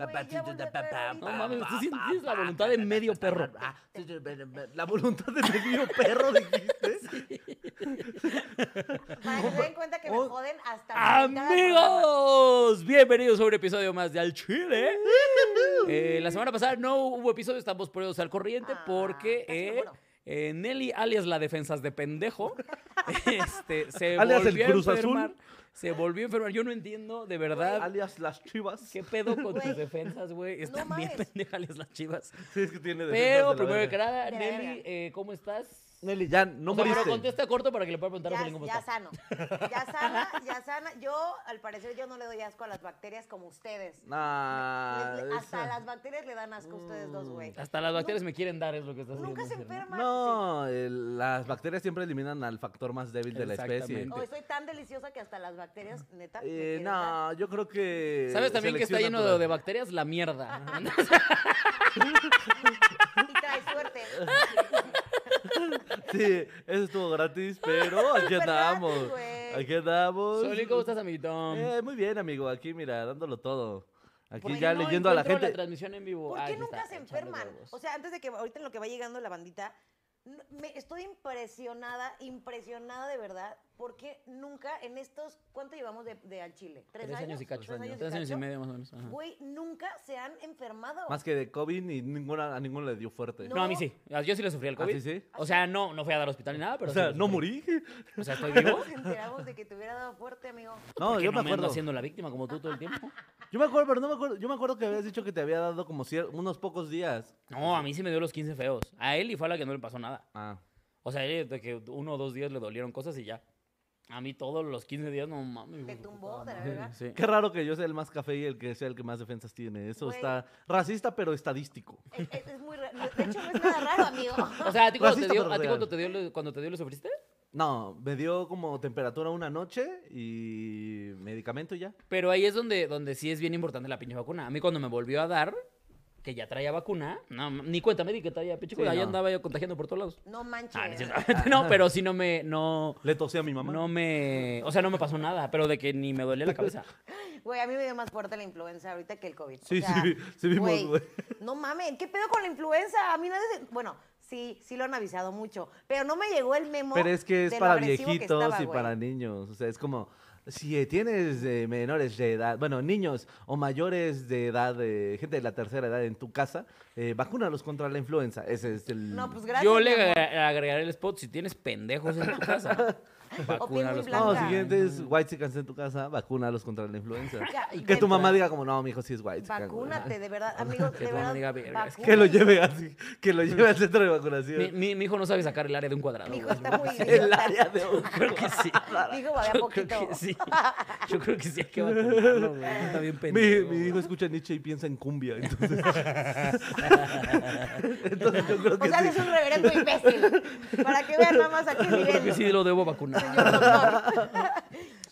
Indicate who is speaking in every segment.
Speaker 1: No mames, tú sientes la voluntad de medio perro.
Speaker 2: La voluntad de medio perro, dijiste.
Speaker 3: Para que se den cuenta que me joden hasta la mitad del programa.
Speaker 1: Amigos, bienvenidos a un episodio más de Al Chile. Eh, la semana pasada no hubo episodio, estamos poniéndonos al corriente
Speaker 3: Ah,
Speaker 1: porque
Speaker 3: casi me
Speaker 1: eh,
Speaker 3: muero.
Speaker 1: eh, Nelly, alias la defensas de pendejo, este, se
Speaker 2: Alias el
Speaker 1: volvió
Speaker 2: Cruz
Speaker 1: a
Speaker 2: Azul.
Speaker 1: enfermar. Se volvió a enfermar. Yo no entiendo, de verdad,
Speaker 2: Alias las chivas.
Speaker 1: qué pedo con
Speaker 3: Güey,
Speaker 1: tus defensas, güey. Están bien
Speaker 3: mames.
Speaker 1: pendejas alias las chivas.
Speaker 2: Sí, es que tiene defensas de
Speaker 1: Pero
Speaker 2: la
Speaker 1: primero que
Speaker 2: verga.
Speaker 1: nada,
Speaker 3: De la
Speaker 1: Nelly,
Speaker 3: verga.
Speaker 1: eh, ¿cómo estás?
Speaker 2: Nelly, ya no
Speaker 1: O sea, pero
Speaker 2: moriste.
Speaker 1: contesta corto para que le pueda preguntar a
Speaker 3: Ya,
Speaker 1: Jocelyn cómo
Speaker 3: ya
Speaker 1: está.
Speaker 3: sano. Ya sana, ya sana. Yo, al parecer, yo no le doy asco a las bacterias como ustedes.
Speaker 2: Nah,
Speaker 3: Les- hasta
Speaker 2: Ah, esa- Mm,
Speaker 3: las bacterias le dan asco a ustedes dos, güey.
Speaker 1: Hasta las bacterias me quieren dar, es lo que estás
Speaker 3: Nunca se
Speaker 1: diciendo, ¿no?
Speaker 3: enferman.
Speaker 2: No, el- las bacterias siempre eliminan al factor más débil de la especie.
Speaker 1: Exactamente.
Speaker 3: Hoy soy tan deliciosa que hasta las bacterias, neta. me
Speaker 2: Eh,
Speaker 3: quieren dar.
Speaker 2: no, yo creo que.
Speaker 1: ¿Sabes también que está
Speaker 2: selección
Speaker 1: lleno de-
Speaker 2: natural.
Speaker 1: de bacterias? La mierda.
Speaker 3: Y trae suerte.
Speaker 2: Sí, eso estuvo gratis, pero aquí
Speaker 3: Fue
Speaker 2: andamos.
Speaker 3: gratis, güey.
Speaker 2: Aquí andamos.
Speaker 1: Soli, ¿cómo estás, amiguito?
Speaker 2: Eh, muy bien, amigo, aquí mira, dándolo todo. Aquí
Speaker 3: Porque
Speaker 2: ya
Speaker 3: no
Speaker 2: leyendo a la
Speaker 1: Encuentro
Speaker 2: gente.
Speaker 1: La transmisión en vivo.
Speaker 3: ¿Por
Speaker 1: Ah,
Speaker 3: qué
Speaker 1: aquí
Speaker 3: nunca
Speaker 1: está,
Speaker 3: se
Speaker 1: echando
Speaker 3: enferman?
Speaker 1: huevos.
Speaker 3: O sea, antes de que ahorita en lo que va llegando la bandita, n- me estoy impresionada, impresionada de verdad, porque nunca en estos, ¿cuánto llevamos de, de al Chile? ¿Tres,
Speaker 1: tres años y cacho.
Speaker 3: ¿Tres años,
Speaker 1: Tres años y
Speaker 3: cacho?
Speaker 1: medio, más o menos. ajá.
Speaker 3: Güey, nunca se han enfermado.
Speaker 2: Más que de COVID, ni ninguna, a ninguno le dio fuerte.
Speaker 1: No, a mí sí. Yo sí le sufrí al
Speaker 2: ¿Ah,
Speaker 1: COVID.
Speaker 2: sí, sí?
Speaker 1: O sea, no, no fui a dar hospital ni nada, pero.
Speaker 2: o
Speaker 1: sí
Speaker 2: sea,
Speaker 1: le
Speaker 2: no
Speaker 1: sufrí.
Speaker 2: morí.
Speaker 1: O sea, estoy vivo.
Speaker 3: Nos enteramos de que te hubiera dado fuerte, amigo.
Speaker 2: No,
Speaker 1: Que
Speaker 2: yo me
Speaker 1: no me ando
Speaker 2: acuerdo.
Speaker 1: haciendo la víctima como tú todo el tiempo.
Speaker 2: Yo me acuerdo, pero no me acuerdo. Yo me acuerdo que habías dicho que te había dado como cier- unos pocos días.
Speaker 1: No, a mí sí me dio los 15 feos. A él y fue a la que no le pasó nada.
Speaker 2: Ah.
Speaker 1: O sea, él, de que uno o dos días le dolieron cosas y ya. A mí todos los 15 días, no mames.
Speaker 3: Te
Speaker 1: hijo de
Speaker 3: tumbó, de
Speaker 1: puta
Speaker 3: la
Speaker 1: madre,
Speaker 3: verga.
Speaker 1: Sí.
Speaker 2: Qué raro que yo sea el más café y el que sea el que más defensas tiene. Eso
Speaker 3: Güey.
Speaker 2: está racista, pero estadístico.
Speaker 3: Es, Eh, es- es muy raro. De hecho, no es nada raro, amigo.
Speaker 1: O sea, ¿a ti cuando te
Speaker 2: Racista,
Speaker 1: dio,
Speaker 2: pero
Speaker 1: a ti
Speaker 2: real.
Speaker 1: cuando te dio, lo- cuando te dio lo sufriste?
Speaker 2: No, me dio como temperatura una noche y medicamento y ya.
Speaker 1: Pero ahí es donde, donde sí es bien importante la pinche vacuna. A mí cuando me volvió a dar, que ya traía vacuna, no, ni cuenta me di que traía pinche
Speaker 2: Sí,
Speaker 1: vacuna, ya
Speaker 2: no.
Speaker 1: andaba yo contagiando por todos lados.
Speaker 3: No
Speaker 1: Ah, no, es
Speaker 3: manches.
Speaker 1: cierto. no, pero sí no me, no,
Speaker 2: Le tosé a mi mamá.
Speaker 1: no me, o sea, no me pasó nada, pero de que ni me dolía la cabeza.
Speaker 3: Güey, a mí me dio más fuerte la influenza ahorita que el COVID. O
Speaker 2: Sí,
Speaker 3: sea,
Speaker 2: sí, sí vimos, güey.
Speaker 3: No mames, ¿qué pedo con la influenza? A mí nadie se... Bueno, sí, sí lo han avisado mucho, pero no me llegó el memo
Speaker 2: Pero es que es
Speaker 3: de lo
Speaker 2: para
Speaker 3: agresivo que
Speaker 2: viejitos
Speaker 3: estaba,
Speaker 2: y
Speaker 3: güey.
Speaker 2: para niños. O sea, es como, si eh, tienes eh, menores de edad, bueno, niños o mayores de edad, eh, gente de la tercera edad en tu casa, eh, vacúnalos contra la influenza. Ese es el...
Speaker 3: No, pues gracias.
Speaker 1: Yo
Speaker 3: mi
Speaker 1: le
Speaker 3: amor.
Speaker 1: agre- agregaré el spot si tienes pendejos en tu casa. Vacúnalos.
Speaker 3: muy
Speaker 2: No,
Speaker 3: blanca.
Speaker 2: siguiente Oh, es white chicans en tu casa, vacúnalos contra la influenza.
Speaker 3: Ya,
Speaker 2: Y que
Speaker 3: ven,
Speaker 2: tu mamá diga como, no, mi hijo sí es white chican, güey".
Speaker 3: Vacúnate, de verdad, amigos,
Speaker 1: Que
Speaker 3: de
Speaker 1: tu mamá
Speaker 3: verdad.
Speaker 1: diga, "Verga, es que
Speaker 2: Que lo
Speaker 3: vacúnense".
Speaker 2: lleve así, que lo lleve al centro de vacunación.
Speaker 1: Mi, mi- mi hijo no sabe sacar el área de un cuadrado.
Speaker 3: Mi hijo
Speaker 1: güey.
Speaker 3: está muy
Speaker 2: El
Speaker 3: idiota.
Speaker 2: área de un
Speaker 1: Creo que sí.
Speaker 3: Dijo, "Babea
Speaker 1: Yo creo
Speaker 3: poquito".
Speaker 1: que sí. Yo creo que sí hay que vacunarlo, güey. Está bien
Speaker 2: Mi,
Speaker 1: pendejo.
Speaker 2: mi hijo escucha Nietzsche y piensa en cumbia, entonces. entonces yo creo
Speaker 3: O
Speaker 2: que
Speaker 3: sea, eres
Speaker 2: sí.
Speaker 3: un reverendo imbécil. Para que vean nada más a qué
Speaker 1: Creo que
Speaker 3: nivel.
Speaker 1: sí lo debo vacunar.
Speaker 3: señor doctor.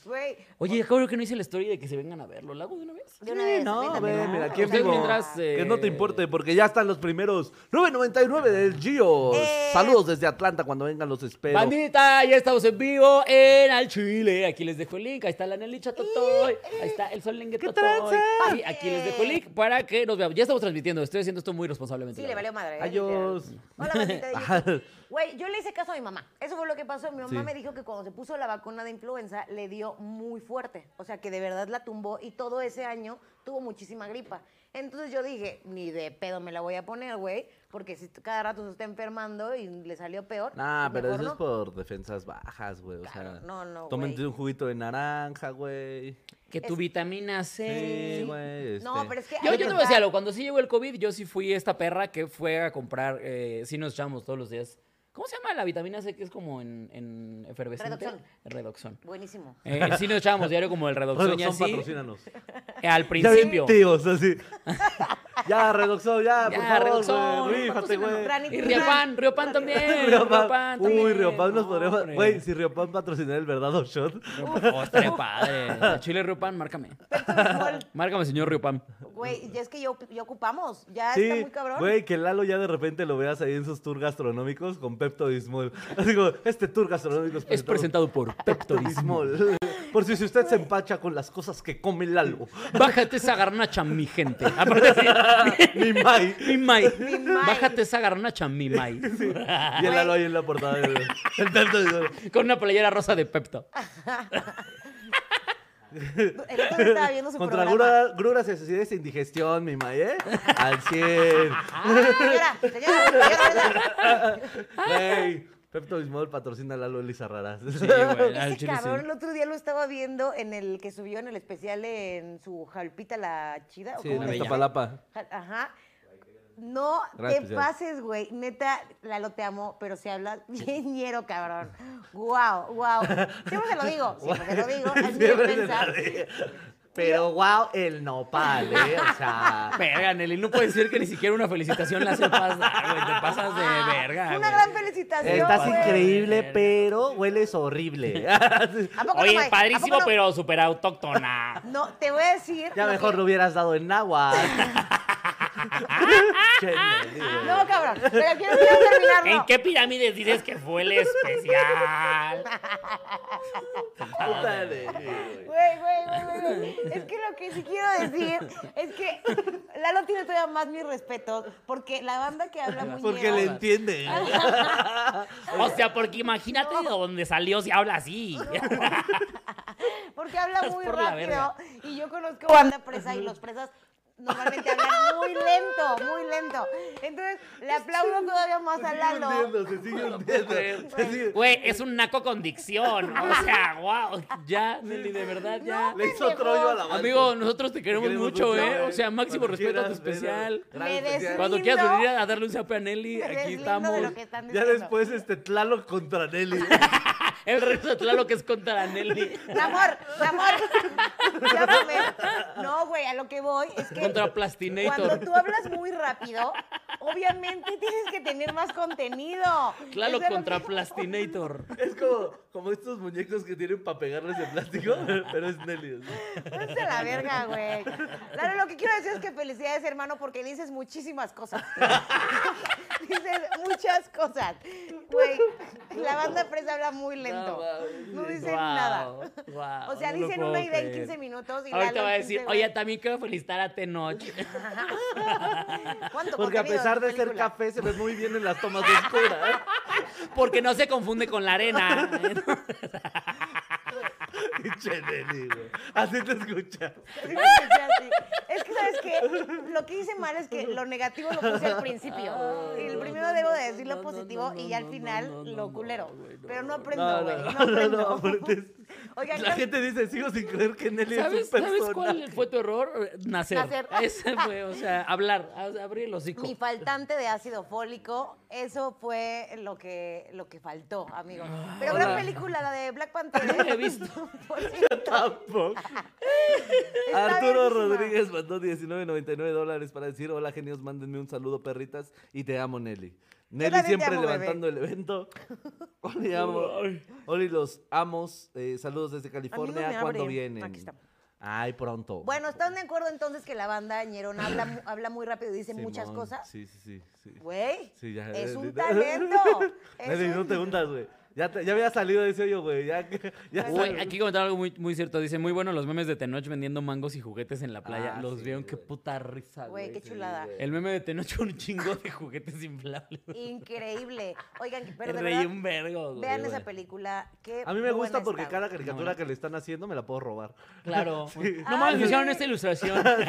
Speaker 3: Güey,
Speaker 1: Oye, acabo que no hice la historia de que se vengan a verlo. ¿Lo hago de una vez?
Speaker 3: de una
Speaker 2: Sí,
Speaker 3: vez.
Speaker 2: no,
Speaker 3: véndamelo.
Speaker 2: ve, mira, aquí en
Speaker 1: O sea,
Speaker 2: vivo.
Speaker 1: mientras, eh,
Speaker 2: Que no te importe, porque ya están los primeros 9.99 del Gio.
Speaker 3: Eh.
Speaker 2: Saludos desde Atlanta cuando vengan los espero.
Speaker 1: Bandita, ya estamos en vivo en Al Chile. Aquí les dejo el link. Ahí está la Nelicha Totoy. Ahí está el Sol Lengue Totoy.
Speaker 2: tranza?
Speaker 1: Y aquí les dejo el link para que nos veamos. Ya estamos transmitiendo. Estoy haciendo esto muy responsablemente.
Speaker 3: Sí,
Speaker 1: la
Speaker 3: le valió
Speaker 1: verdad.
Speaker 3: madre. ¿eh?
Speaker 2: Adiós.
Speaker 3: Literal. Hola, bandita de YouTube. Güey, yo le hice caso a mi mamá. Eso fue lo que pasó. Mi mamá
Speaker 2: Sí.
Speaker 3: me dijo que cuando se puso la vacuna de influenza le dio muy fuerte. O sea, que de verdad la tumbó y todo ese año tuvo muchísima gripa. Entonces yo dije, ni de pedo me la voy a poner, güey, porque si cada rato se está enfermando y le salió peor.
Speaker 2: Nah,
Speaker 3: pues
Speaker 2: pero eso
Speaker 3: mejor
Speaker 2: es por defensas bajas, güey. O sea,
Speaker 3: Claro, no, no,
Speaker 2: tómense
Speaker 3: güey.
Speaker 2: un juguito de naranja, güey.
Speaker 1: Que tu
Speaker 3: Es-
Speaker 1: vitamina C.
Speaker 2: Sí, güey.
Speaker 3: No,
Speaker 2: este.
Speaker 3: pero es que. hay
Speaker 1: Yo, yo te
Speaker 3: que
Speaker 1: voy a decir
Speaker 3: estar-
Speaker 1: algo. Cuando sí llegó el COVID, yo sí fui esta perra que fue a comprar. Eh, sí nos echamos todos los días. ¿Cómo se llama la vitamina C que es como en, en efervescente?
Speaker 3: Redoxón.
Speaker 1: Redoxón.
Speaker 3: Buenísimo.
Speaker 1: Eh, sí nos echábamos diario como el redoxón,
Speaker 2: Redoxón,
Speaker 1: y así.
Speaker 2: patrocínanos.
Speaker 1: eh, al
Speaker 2: Ya bien
Speaker 1: principio.
Speaker 2: tíos, así. Ya, Redoxón, ya, por
Speaker 1: Ya,
Speaker 2: favor,
Speaker 1: Redoxón,
Speaker 2: güey,
Speaker 1: ¿cuántos
Speaker 2: rífate, güey.
Speaker 3: Gran
Speaker 1: Y Riopan, Riopan también. Riopan también.
Speaker 2: Uy, Riopan nos
Speaker 1: No,
Speaker 2: podríamos...
Speaker 1: hombre.
Speaker 2: Güey, si Riopan patrocinara el verdadero shot.
Speaker 1: Oh, estaría padre. Al Chile Riopan, márcame. Márcame, señor Riopan.
Speaker 3: Güey, ya es que ya, op- ya ocupamos. Ya
Speaker 2: Sí,
Speaker 3: Ah, está muy cabrón.
Speaker 2: güey, que Lalo ya de repente lo veas ahí en sus tours gastronómicos con Pepto Bismol. Así como, este tour gastronómico
Speaker 1: Es presentado por Pepto
Speaker 2: por Bismol. Por si si usted se empacha con las cosas que come Lalo.
Speaker 1: Bájate esa garnacha, mi gente. Aparte así,
Speaker 2: Mi Mai.
Speaker 1: mi Mai.
Speaker 3: Mi Mai.
Speaker 1: Bájate esa garnacha, mi Mai.
Speaker 2: Y el Lalo ahí en la portada del del Pepto Bismol.
Speaker 1: Con una playera rosa de Pepto.
Speaker 3: El otro día estaba viendo su
Speaker 2: Contra
Speaker 3: programa.
Speaker 2: grura- gruras y acidez e indigestión, mi Mai, ¿eh? Al 100.
Speaker 3: Ah, señora, señora, señora, señora.
Speaker 2: Güey, Pepto Bismol patrocina a Lalo Elizarraras.
Speaker 1: Sí, güey. al
Speaker 3: Ese
Speaker 1: chile sí.
Speaker 3: cabrón el otro día lo estaba viendo en el que subió en el especial en su jalpita la chida. ¿o
Speaker 2: Sí,
Speaker 3: cómo
Speaker 2: en
Speaker 3: le
Speaker 1: bella.
Speaker 3: llaman?
Speaker 2: Iztapalapa.
Speaker 3: Ja- Ajá. No
Speaker 2: Gran
Speaker 3: te
Speaker 2: especial.
Speaker 3: pases, güey. Neta, Lalo, te amo, pero se habla bien ñero, cabrón. Guau, guau. Siempre se lo digo, siempre se lo digo. Es mi
Speaker 2: Siempre se
Speaker 3: defensa.
Speaker 2: la de- Pero wow, el nopal, ¿eh? O sea.
Speaker 1: Verga, Nelly, no puede ser que ni siquiera una felicitación la hace pasar, güey. Te pasas de verga,
Speaker 3: Ah, Una
Speaker 1: güey.
Speaker 3: gran felicitación.
Speaker 2: Estás
Speaker 3: güey.
Speaker 2: increíble, pero hueles horrible.
Speaker 3: ¿A poco no,
Speaker 1: Oye,
Speaker 3: Mike? ¿A
Speaker 1: padrísimo,
Speaker 3: poco no?
Speaker 1: pero súper autóctona.
Speaker 3: No, te voy a decir.
Speaker 2: ya
Speaker 3: lo
Speaker 2: mejor
Speaker 3: que-
Speaker 2: lo hubieras dado en agua. Che, Nelly, güey.
Speaker 3: No, cabrón. Pero quiero quiero terminarlo.
Speaker 1: ¿En qué pirámides dices que fue el especial?
Speaker 2: Puta Nelly, güey.
Speaker 3: Güey, güey, güey, güey, güey. Es que lo que sí quiero decir es que Lalo tiene todavía más mis respetos porque la banda que habla muy
Speaker 2: Porque
Speaker 3: ñero-
Speaker 2: le entiende.
Speaker 3: ¿eh?
Speaker 1: O sea, porque imagínate de dónde salió si habla así.
Speaker 3: Porque habla muy
Speaker 1: por la
Speaker 3: rápido
Speaker 1: verga.
Speaker 3: y yo conozco banda presa y los presas normalmente hablan muy lento, muy lento. Entonces le aplaudo todavía más a Lalo.
Speaker 2: Entiendo, se sigue hundiendo. Se sigue-
Speaker 1: Güey, es un naco con dicción. O sea, wow. Ya, Nelly, de verdad, ya.
Speaker 2: Le hizo trollo a la banda.
Speaker 1: Amigo, nosotros te queremos, mucho, ¿eh?
Speaker 2: güey.
Speaker 1: O sea, máximo
Speaker 2: Cuando
Speaker 1: respeto a tu
Speaker 2: quieras, ven
Speaker 1: especial.
Speaker 2: gran
Speaker 3: Me
Speaker 2: especial.
Speaker 3: des-
Speaker 1: Cuando
Speaker 3: Lindo.
Speaker 1: quieras venir a darle un zape a Nelly,
Speaker 3: Es
Speaker 1: aquí
Speaker 3: lindo de
Speaker 1: estamos.
Speaker 3: lo que están
Speaker 2: Ya
Speaker 3: diciendo.
Speaker 2: después, este Tlaloc contra Nelly.
Speaker 1: El resto de Tlaloc que es contra la Nelly.
Speaker 3: Amor, amor. Llámame. No, güey, a lo que voy es que
Speaker 1: Contra
Speaker 3: cuando
Speaker 1: Plastinator.
Speaker 3: tú hablas muy rápido, obviamente tienes que tener más contenido.
Speaker 1: Tlaloc
Speaker 3: Eso es lo
Speaker 1: contra
Speaker 3: que-
Speaker 1: Plastinator.
Speaker 2: Es como, como estos muñecos que tienen para pegarles de plástico, pero es Nelly.
Speaker 3: Váyanse a la verga, güey. Claro, lo que quiero decir es que felicidades, hermano, porque dices muchísimas cosas. dices muchas cosas. Güey, la banda presa habla muy lento. No dicen nada.
Speaker 1: Guau,
Speaker 3: O sea,
Speaker 1: no lo
Speaker 3: dicen
Speaker 1: puedo
Speaker 3: una idea en
Speaker 1: creer.
Speaker 3: 15 minutos y
Speaker 1: Ahorita
Speaker 3: Lalo
Speaker 1: va a
Speaker 3: en
Speaker 1: decir,
Speaker 3: 15,
Speaker 1: oye,
Speaker 3: güey.
Speaker 1: también quiero felicitar a Tenoch.
Speaker 3: ¿Cuánto
Speaker 2: Porque a
Speaker 3: contenido
Speaker 2: pesar
Speaker 3: en
Speaker 2: de ser
Speaker 3: película?
Speaker 2: café, se ve muy bien en las tomas oscuras.
Speaker 1: Porque no se confunde con la arena.
Speaker 2: Pinche Nelly, güey. Así te escuchas.
Speaker 3: Sí, sí, sí, así. Es que, ¿sabes qué? Lo que hice mal es que lo negativo lo puse al principio. Y el primero debo de decir lo positivo y ya al final lo culero. Pero no aprendo, güey. No, aprendo.
Speaker 2: aprendes.
Speaker 3: Oigan,
Speaker 2: la
Speaker 3: creo-
Speaker 2: gente dice, sigo sin creer que Nelly
Speaker 1: ¿Sabes,
Speaker 2: es un
Speaker 1: ¿Sabes
Speaker 2: persona.
Speaker 1: cuál fue tu error? Nacer.
Speaker 3: Nacer.
Speaker 1: Ese fue, o sea, hablar, a- abrir el hocico.
Speaker 3: Mi faltante de ácido fólico, eso fue lo que, lo que faltó, amigos. Pero gran película, la de Black Panther. ¿eh?
Speaker 1: No la he visto.
Speaker 3: Por cierto,
Speaker 2: Tampoco.
Speaker 3: está
Speaker 2: Arturo
Speaker 3: verguísima.
Speaker 2: Rodríguez mandó 19.99 dólares para decir, hola genios, mándenme un saludo perritas y te amo Nelly. Nelly
Speaker 3: también te
Speaker 2: siempre
Speaker 3: amo, bebé.
Speaker 2: levantando el evento. Oli, amo. Oli, los amos. Eh, saludos desde California.
Speaker 3: me
Speaker 2: ¿Cuándo
Speaker 3: abren.
Speaker 2: vienen?
Speaker 3: Aquí está.
Speaker 2: Ay, pronto.
Speaker 3: Bueno, ¿están de acuerdo entonces que la banda ñerona habla, mu- habla muy rápido y dice
Speaker 2: Simón.
Speaker 3: muchas cosas?
Speaker 2: Sí, sí, sí. sí.
Speaker 3: Güey,
Speaker 2: Sí, ya.
Speaker 3: es un
Speaker 2: Nelly.
Speaker 3: talento. es
Speaker 2: Nelly, no
Speaker 3: un-
Speaker 2: te hundas, güey. Ya, te- ya había salido de ese hoyo, güey. Ya, ya
Speaker 1: Güey,
Speaker 2: sal-
Speaker 1: aquí comentaron algo muy, muy cierto. Dice, muy bueno los memes de Tenoch vendiendo mangos y juguetes en la playa.
Speaker 2: Ah,
Speaker 1: los
Speaker 2: sí,
Speaker 1: vieron, qué
Speaker 2: güey.
Speaker 1: puta risa,
Speaker 3: Güey,
Speaker 1: güey.
Speaker 3: qué chulada.
Speaker 1: El meme de Tenoch un chingo de juguetes inflables.
Speaker 3: Increíble. Oigan, que- pero de
Speaker 1: Reí
Speaker 3: verdad,
Speaker 1: un vergo, güey.
Speaker 3: vean esa
Speaker 1: güey.
Speaker 3: película. qué
Speaker 2: A mí me
Speaker 3: buena
Speaker 2: gusta
Speaker 3: está,
Speaker 2: porque
Speaker 3: güey.
Speaker 2: cada caricatura que le están haciendo me la puedo robar.
Speaker 1: Claro. No
Speaker 3: Ay,
Speaker 1: mames, me hicieron
Speaker 3: güey.
Speaker 1: esta ilustración.
Speaker 3: Tienes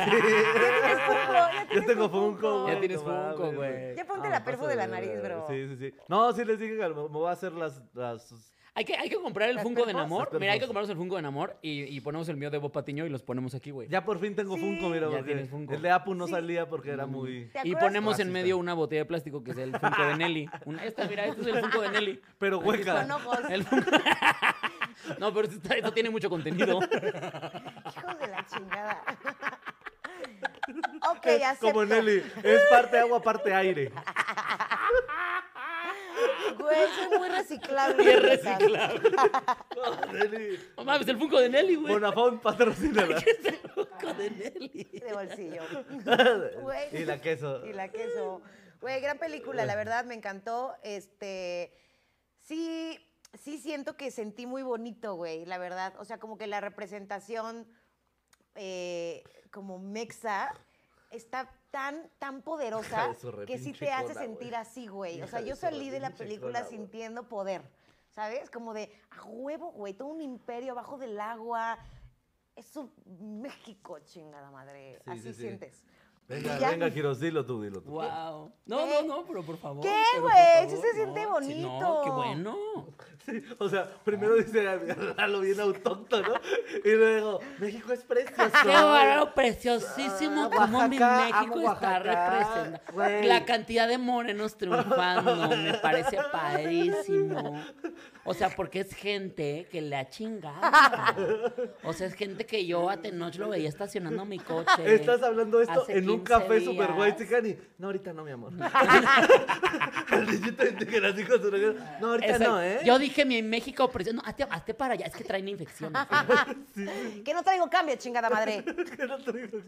Speaker 3: Funko, ya
Speaker 2: Yo
Speaker 3: tienes
Speaker 2: tengo
Speaker 3: tu
Speaker 2: Funko, güey.
Speaker 1: Ya tienes
Speaker 2: no mames,
Speaker 1: Funko, güey.
Speaker 3: Ya ponte
Speaker 2: Ah,
Speaker 3: la
Speaker 2: me
Speaker 3: perfo
Speaker 2: paso
Speaker 3: de la
Speaker 2: verga,
Speaker 3: nariz,
Speaker 2: güey.
Speaker 3: bro.
Speaker 2: Sí, sí, sí. No, sí les dije que me voy a hacer las... las...
Speaker 1: Hay que, hay que comprar el
Speaker 3: Las
Speaker 1: Funko de
Speaker 3: perfos.
Speaker 1: Namor.
Speaker 2: Las
Speaker 1: Mira, hay que
Speaker 2: perfos.
Speaker 1: comprarnos el Funko de Namor y, y ponemos el mío de Bob Patiño y los ponemos aquí, güey.
Speaker 2: Ya por fin tengo
Speaker 3: Sí.
Speaker 2: Funko, mira.
Speaker 1: Ya
Speaker 2: porque
Speaker 1: tienes Funko. Mm.
Speaker 2: El de Apu no salía porque era muy...
Speaker 3: ¿Te
Speaker 1: Y
Speaker 3: acuerdas?
Speaker 1: ponemos en
Speaker 2: Racista.
Speaker 1: medio una botella de plástico que es el Funko de Nelly. Una- esta, mira, este es el Funko de Nelly.
Speaker 2: Pero hueca.
Speaker 3: Con ojos.
Speaker 1: El Funko- No, pero esto, está- esto tiene mucho contenido.
Speaker 3: Hijos de la chingada. Ok,
Speaker 2: Es
Speaker 3: acepto.
Speaker 2: como Nelly, es parte agua, parte aire.
Speaker 3: Güey, soy muy reciclable.
Speaker 1: Y es
Speaker 3: la neta.
Speaker 1: reciclable.
Speaker 2: Nelly,
Speaker 1: No mames, el Funko de Nelly, güey.
Speaker 2: Bonafont, patrocínala.
Speaker 1: Es el Funko de Nelly.
Speaker 3: De bolsillo. Güey.
Speaker 2: y la queso.
Speaker 3: Y la queso. Güey, gran película, la verdad, me encantó. Este, sí, sí siento que sentí muy bonito, güey, la verdad. O sea, como que la representación eh, como mexa está tan, tan
Speaker 2: Hija
Speaker 3: poderosa
Speaker 2: de su
Speaker 3: que sí
Speaker 2: repinche
Speaker 3: te hace
Speaker 2: cola, güey.
Speaker 3: sentir así, güey. O
Speaker 2: Hija
Speaker 3: sea,
Speaker 2: de
Speaker 3: yo
Speaker 2: su
Speaker 3: salí de la
Speaker 2: repinche
Speaker 3: película
Speaker 2: cola, güey.
Speaker 3: sintiendo poder, ¿sabes? Como de, a huevo, güey, todo un imperio abajo del agua. Es un México, chingada madre.
Speaker 2: Sí,
Speaker 3: así
Speaker 2: sí, sí.
Speaker 3: sientes.
Speaker 2: Venga,
Speaker 3: Y ya.
Speaker 2: venga, Quiroz, dilo tú, dilo tú.
Speaker 1: Wow. No,
Speaker 3: ¿Qué?
Speaker 1: no, no, pero por favor.
Speaker 3: ¿Qué,
Speaker 1: pero por
Speaker 3: güey? Sí
Speaker 1: favor,
Speaker 3: se siente
Speaker 1: no. Sí, No,
Speaker 3: bonito.
Speaker 1: qué bueno.
Speaker 2: Sí, o sea, primero dice a lo bien autóctono y luego, México es precioso.
Speaker 1: Qué bárbaro, preciosísimo
Speaker 2: Ah,
Speaker 1: como mi
Speaker 2: Oaxaca,
Speaker 1: México
Speaker 2: amo
Speaker 1: está
Speaker 2: Oaxaca,
Speaker 1: representado.
Speaker 2: güey.
Speaker 1: La cantidad de morenos triunfando me parece padrísimo. O sea, porque es gente que le ha chingado. O sea, es gente que yo a Tenoch lo veía estacionando mi coche.
Speaker 2: Estás hablando esto
Speaker 1: hace
Speaker 2: en un
Speaker 1: 15
Speaker 2: café
Speaker 1: días.
Speaker 2: super guay, y No, ahorita no, mi amor. El niñito dice que las hijas de la- No, ahorita
Speaker 1: Exacto.
Speaker 2: no, ¿eh?
Speaker 1: Yo dije mi México precioso. No, hazte, hazte para allá, es que traen infección.
Speaker 3: Que no traigo cambio, chingada madre.
Speaker 2: Que no traigo-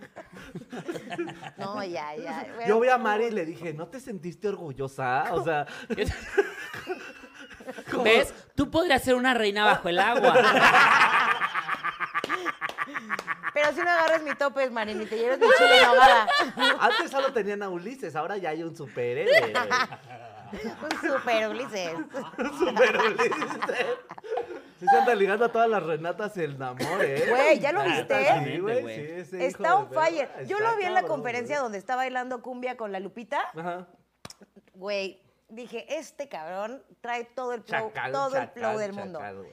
Speaker 3: No, ya, ya.
Speaker 2: Yo
Speaker 3: Bueno,
Speaker 2: vi a Mari y le dije, ¿no te sentiste orgullosa? O sea, como-
Speaker 1: ¿Ves? Tú podrías ser una reina bajo el agua.
Speaker 3: Pero si no agarras mi tope, Mari, ni te lleves mi chile en ahogada.
Speaker 2: Antes solo tenían a Ulises, ahora ya hay un superhéroe.
Speaker 3: Un super Ulises.
Speaker 2: Super Ulises. Sí se anda ligando a todas las Renatas el Namor, ¿eh?
Speaker 3: Güey, ¿ya lo
Speaker 1: Ah,
Speaker 3: viste?
Speaker 1: totalmente,
Speaker 2: Sí, güey,
Speaker 1: güey.
Speaker 2: sí, ese hijo
Speaker 3: Está
Speaker 2: de
Speaker 3: on
Speaker 2: perra
Speaker 3: fire. Yo
Speaker 2: está
Speaker 3: lo vi en la
Speaker 2: cabrón,
Speaker 3: conferencia
Speaker 2: güey.
Speaker 3: donde está bailando cumbia con la Lupita.
Speaker 2: Ajá.
Speaker 3: Güey, dije, este cabrón trae todo el flow,
Speaker 2: Chacal,
Speaker 3: todo el
Speaker 2: chacal,
Speaker 3: flow del
Speaker 2: chacal,
Speaker 3: mundo.
Speaker 2: güey.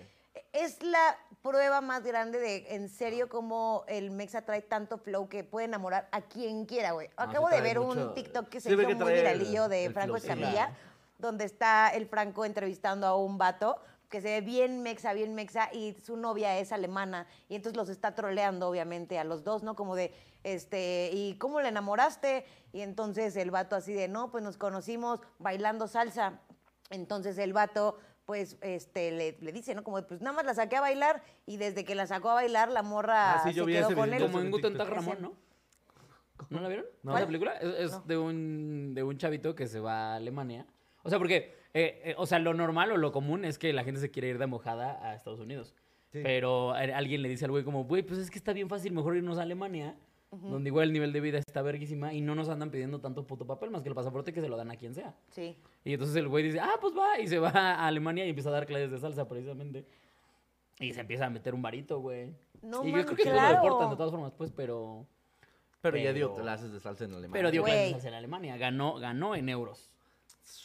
Speaker 3: Es la prueba más grande de, en serio, cómo el Mexa trae tanto flow que puede enamorar a quien quiera, güey.
Speaker 2: No, sí
Speaker 3: Acabo de
Speaker 2: trae
Speaker 3: ver
Speaker 2: mucho-
Speaker 3: un TikTok que se
Speaker 2: sí ve
Speaker 3: hizo
Speaker 2: que
Speaker 3: muy
Speaker 2: trae el-
Speaker 3: viralillo de
Speaker 2: el
Speaker 3: Franco
Speaker 2: flow, sí,
Speaker 3: Escamilla,
Speaker 2: claro.
Speaker 3: donde está el Franco entrevistando a un vato que se ve bien mexa, bien mexa, y su novia es alemana, y entonces los está troleando, obviamente, a los dos, ¿no? Como de, este, ¿y cómo la enamoraste? Y entonces el vato así de, no, pues nos conocimos bailando salsa. Entonces el vato, pues, este, le, le dice, ¿no? Como, de, pues nada más la saqué a bailar, y desde que la sacó a bailar, la morra
Speaker 2: Ah, sí, yo
Speaker 3: se
Speaker 2: vi
Speaker 3: quedó
Speaker 2: ese
Speaker 3: con
Speaker 2: video.
Speaker 3: él.
Speaker 1: Como
Speaker 2: Eso
Speaker 1: en
Speaker 2: en
Speaker 1: Guten Tag
Speaker 2: TikTok.
Speaker 1: Ramón, ¿no? ¿No la vieron?
Speaker 2: No.
Speaker 1: ¿Esa película? Es, es
Speaker 3: No.
Speaker 1: de, un, de un chavito que se va a Alemania. O sea, porque, eh, eh, o sea, lo normal o lo común es que la gente se quiere ir de mojada a Estados Unidos.
Speaker 2: Sí.
Speaker 1: Pero a- alguien le dice al güey como, güey, pues es que está bien fácil, mejor irnos a Alemania, donde igual el nivel de vida está verguísima y no nos andan pidiendo tanto puto papel, más que el pasaporte que se lo dan a quien sea.
Speaker 3: Sí.
Speaker 1: Y entonces el güey dice, ah, pues va, y se va a Alemania y empieza a dar clases de salsa precisamente. Y se empieza a meter un varito, güey.
Speaker 3: No
Speaker 1: y
Speaker 3: mames,
Speaker 1: yo creo que no
Speaker 3: claro.
Speaker 1: lo deportan de todas formas, pues, pero...
Speaker 2: Pero ya
Speaker 1: Pero-
Speaker 2: dio clases de salsa en alemán.
Speaker 1: Pero dio
Speaker 3: Güey.
Speaker 1: clases de salsa en Alemania, ganó, ganó en euros.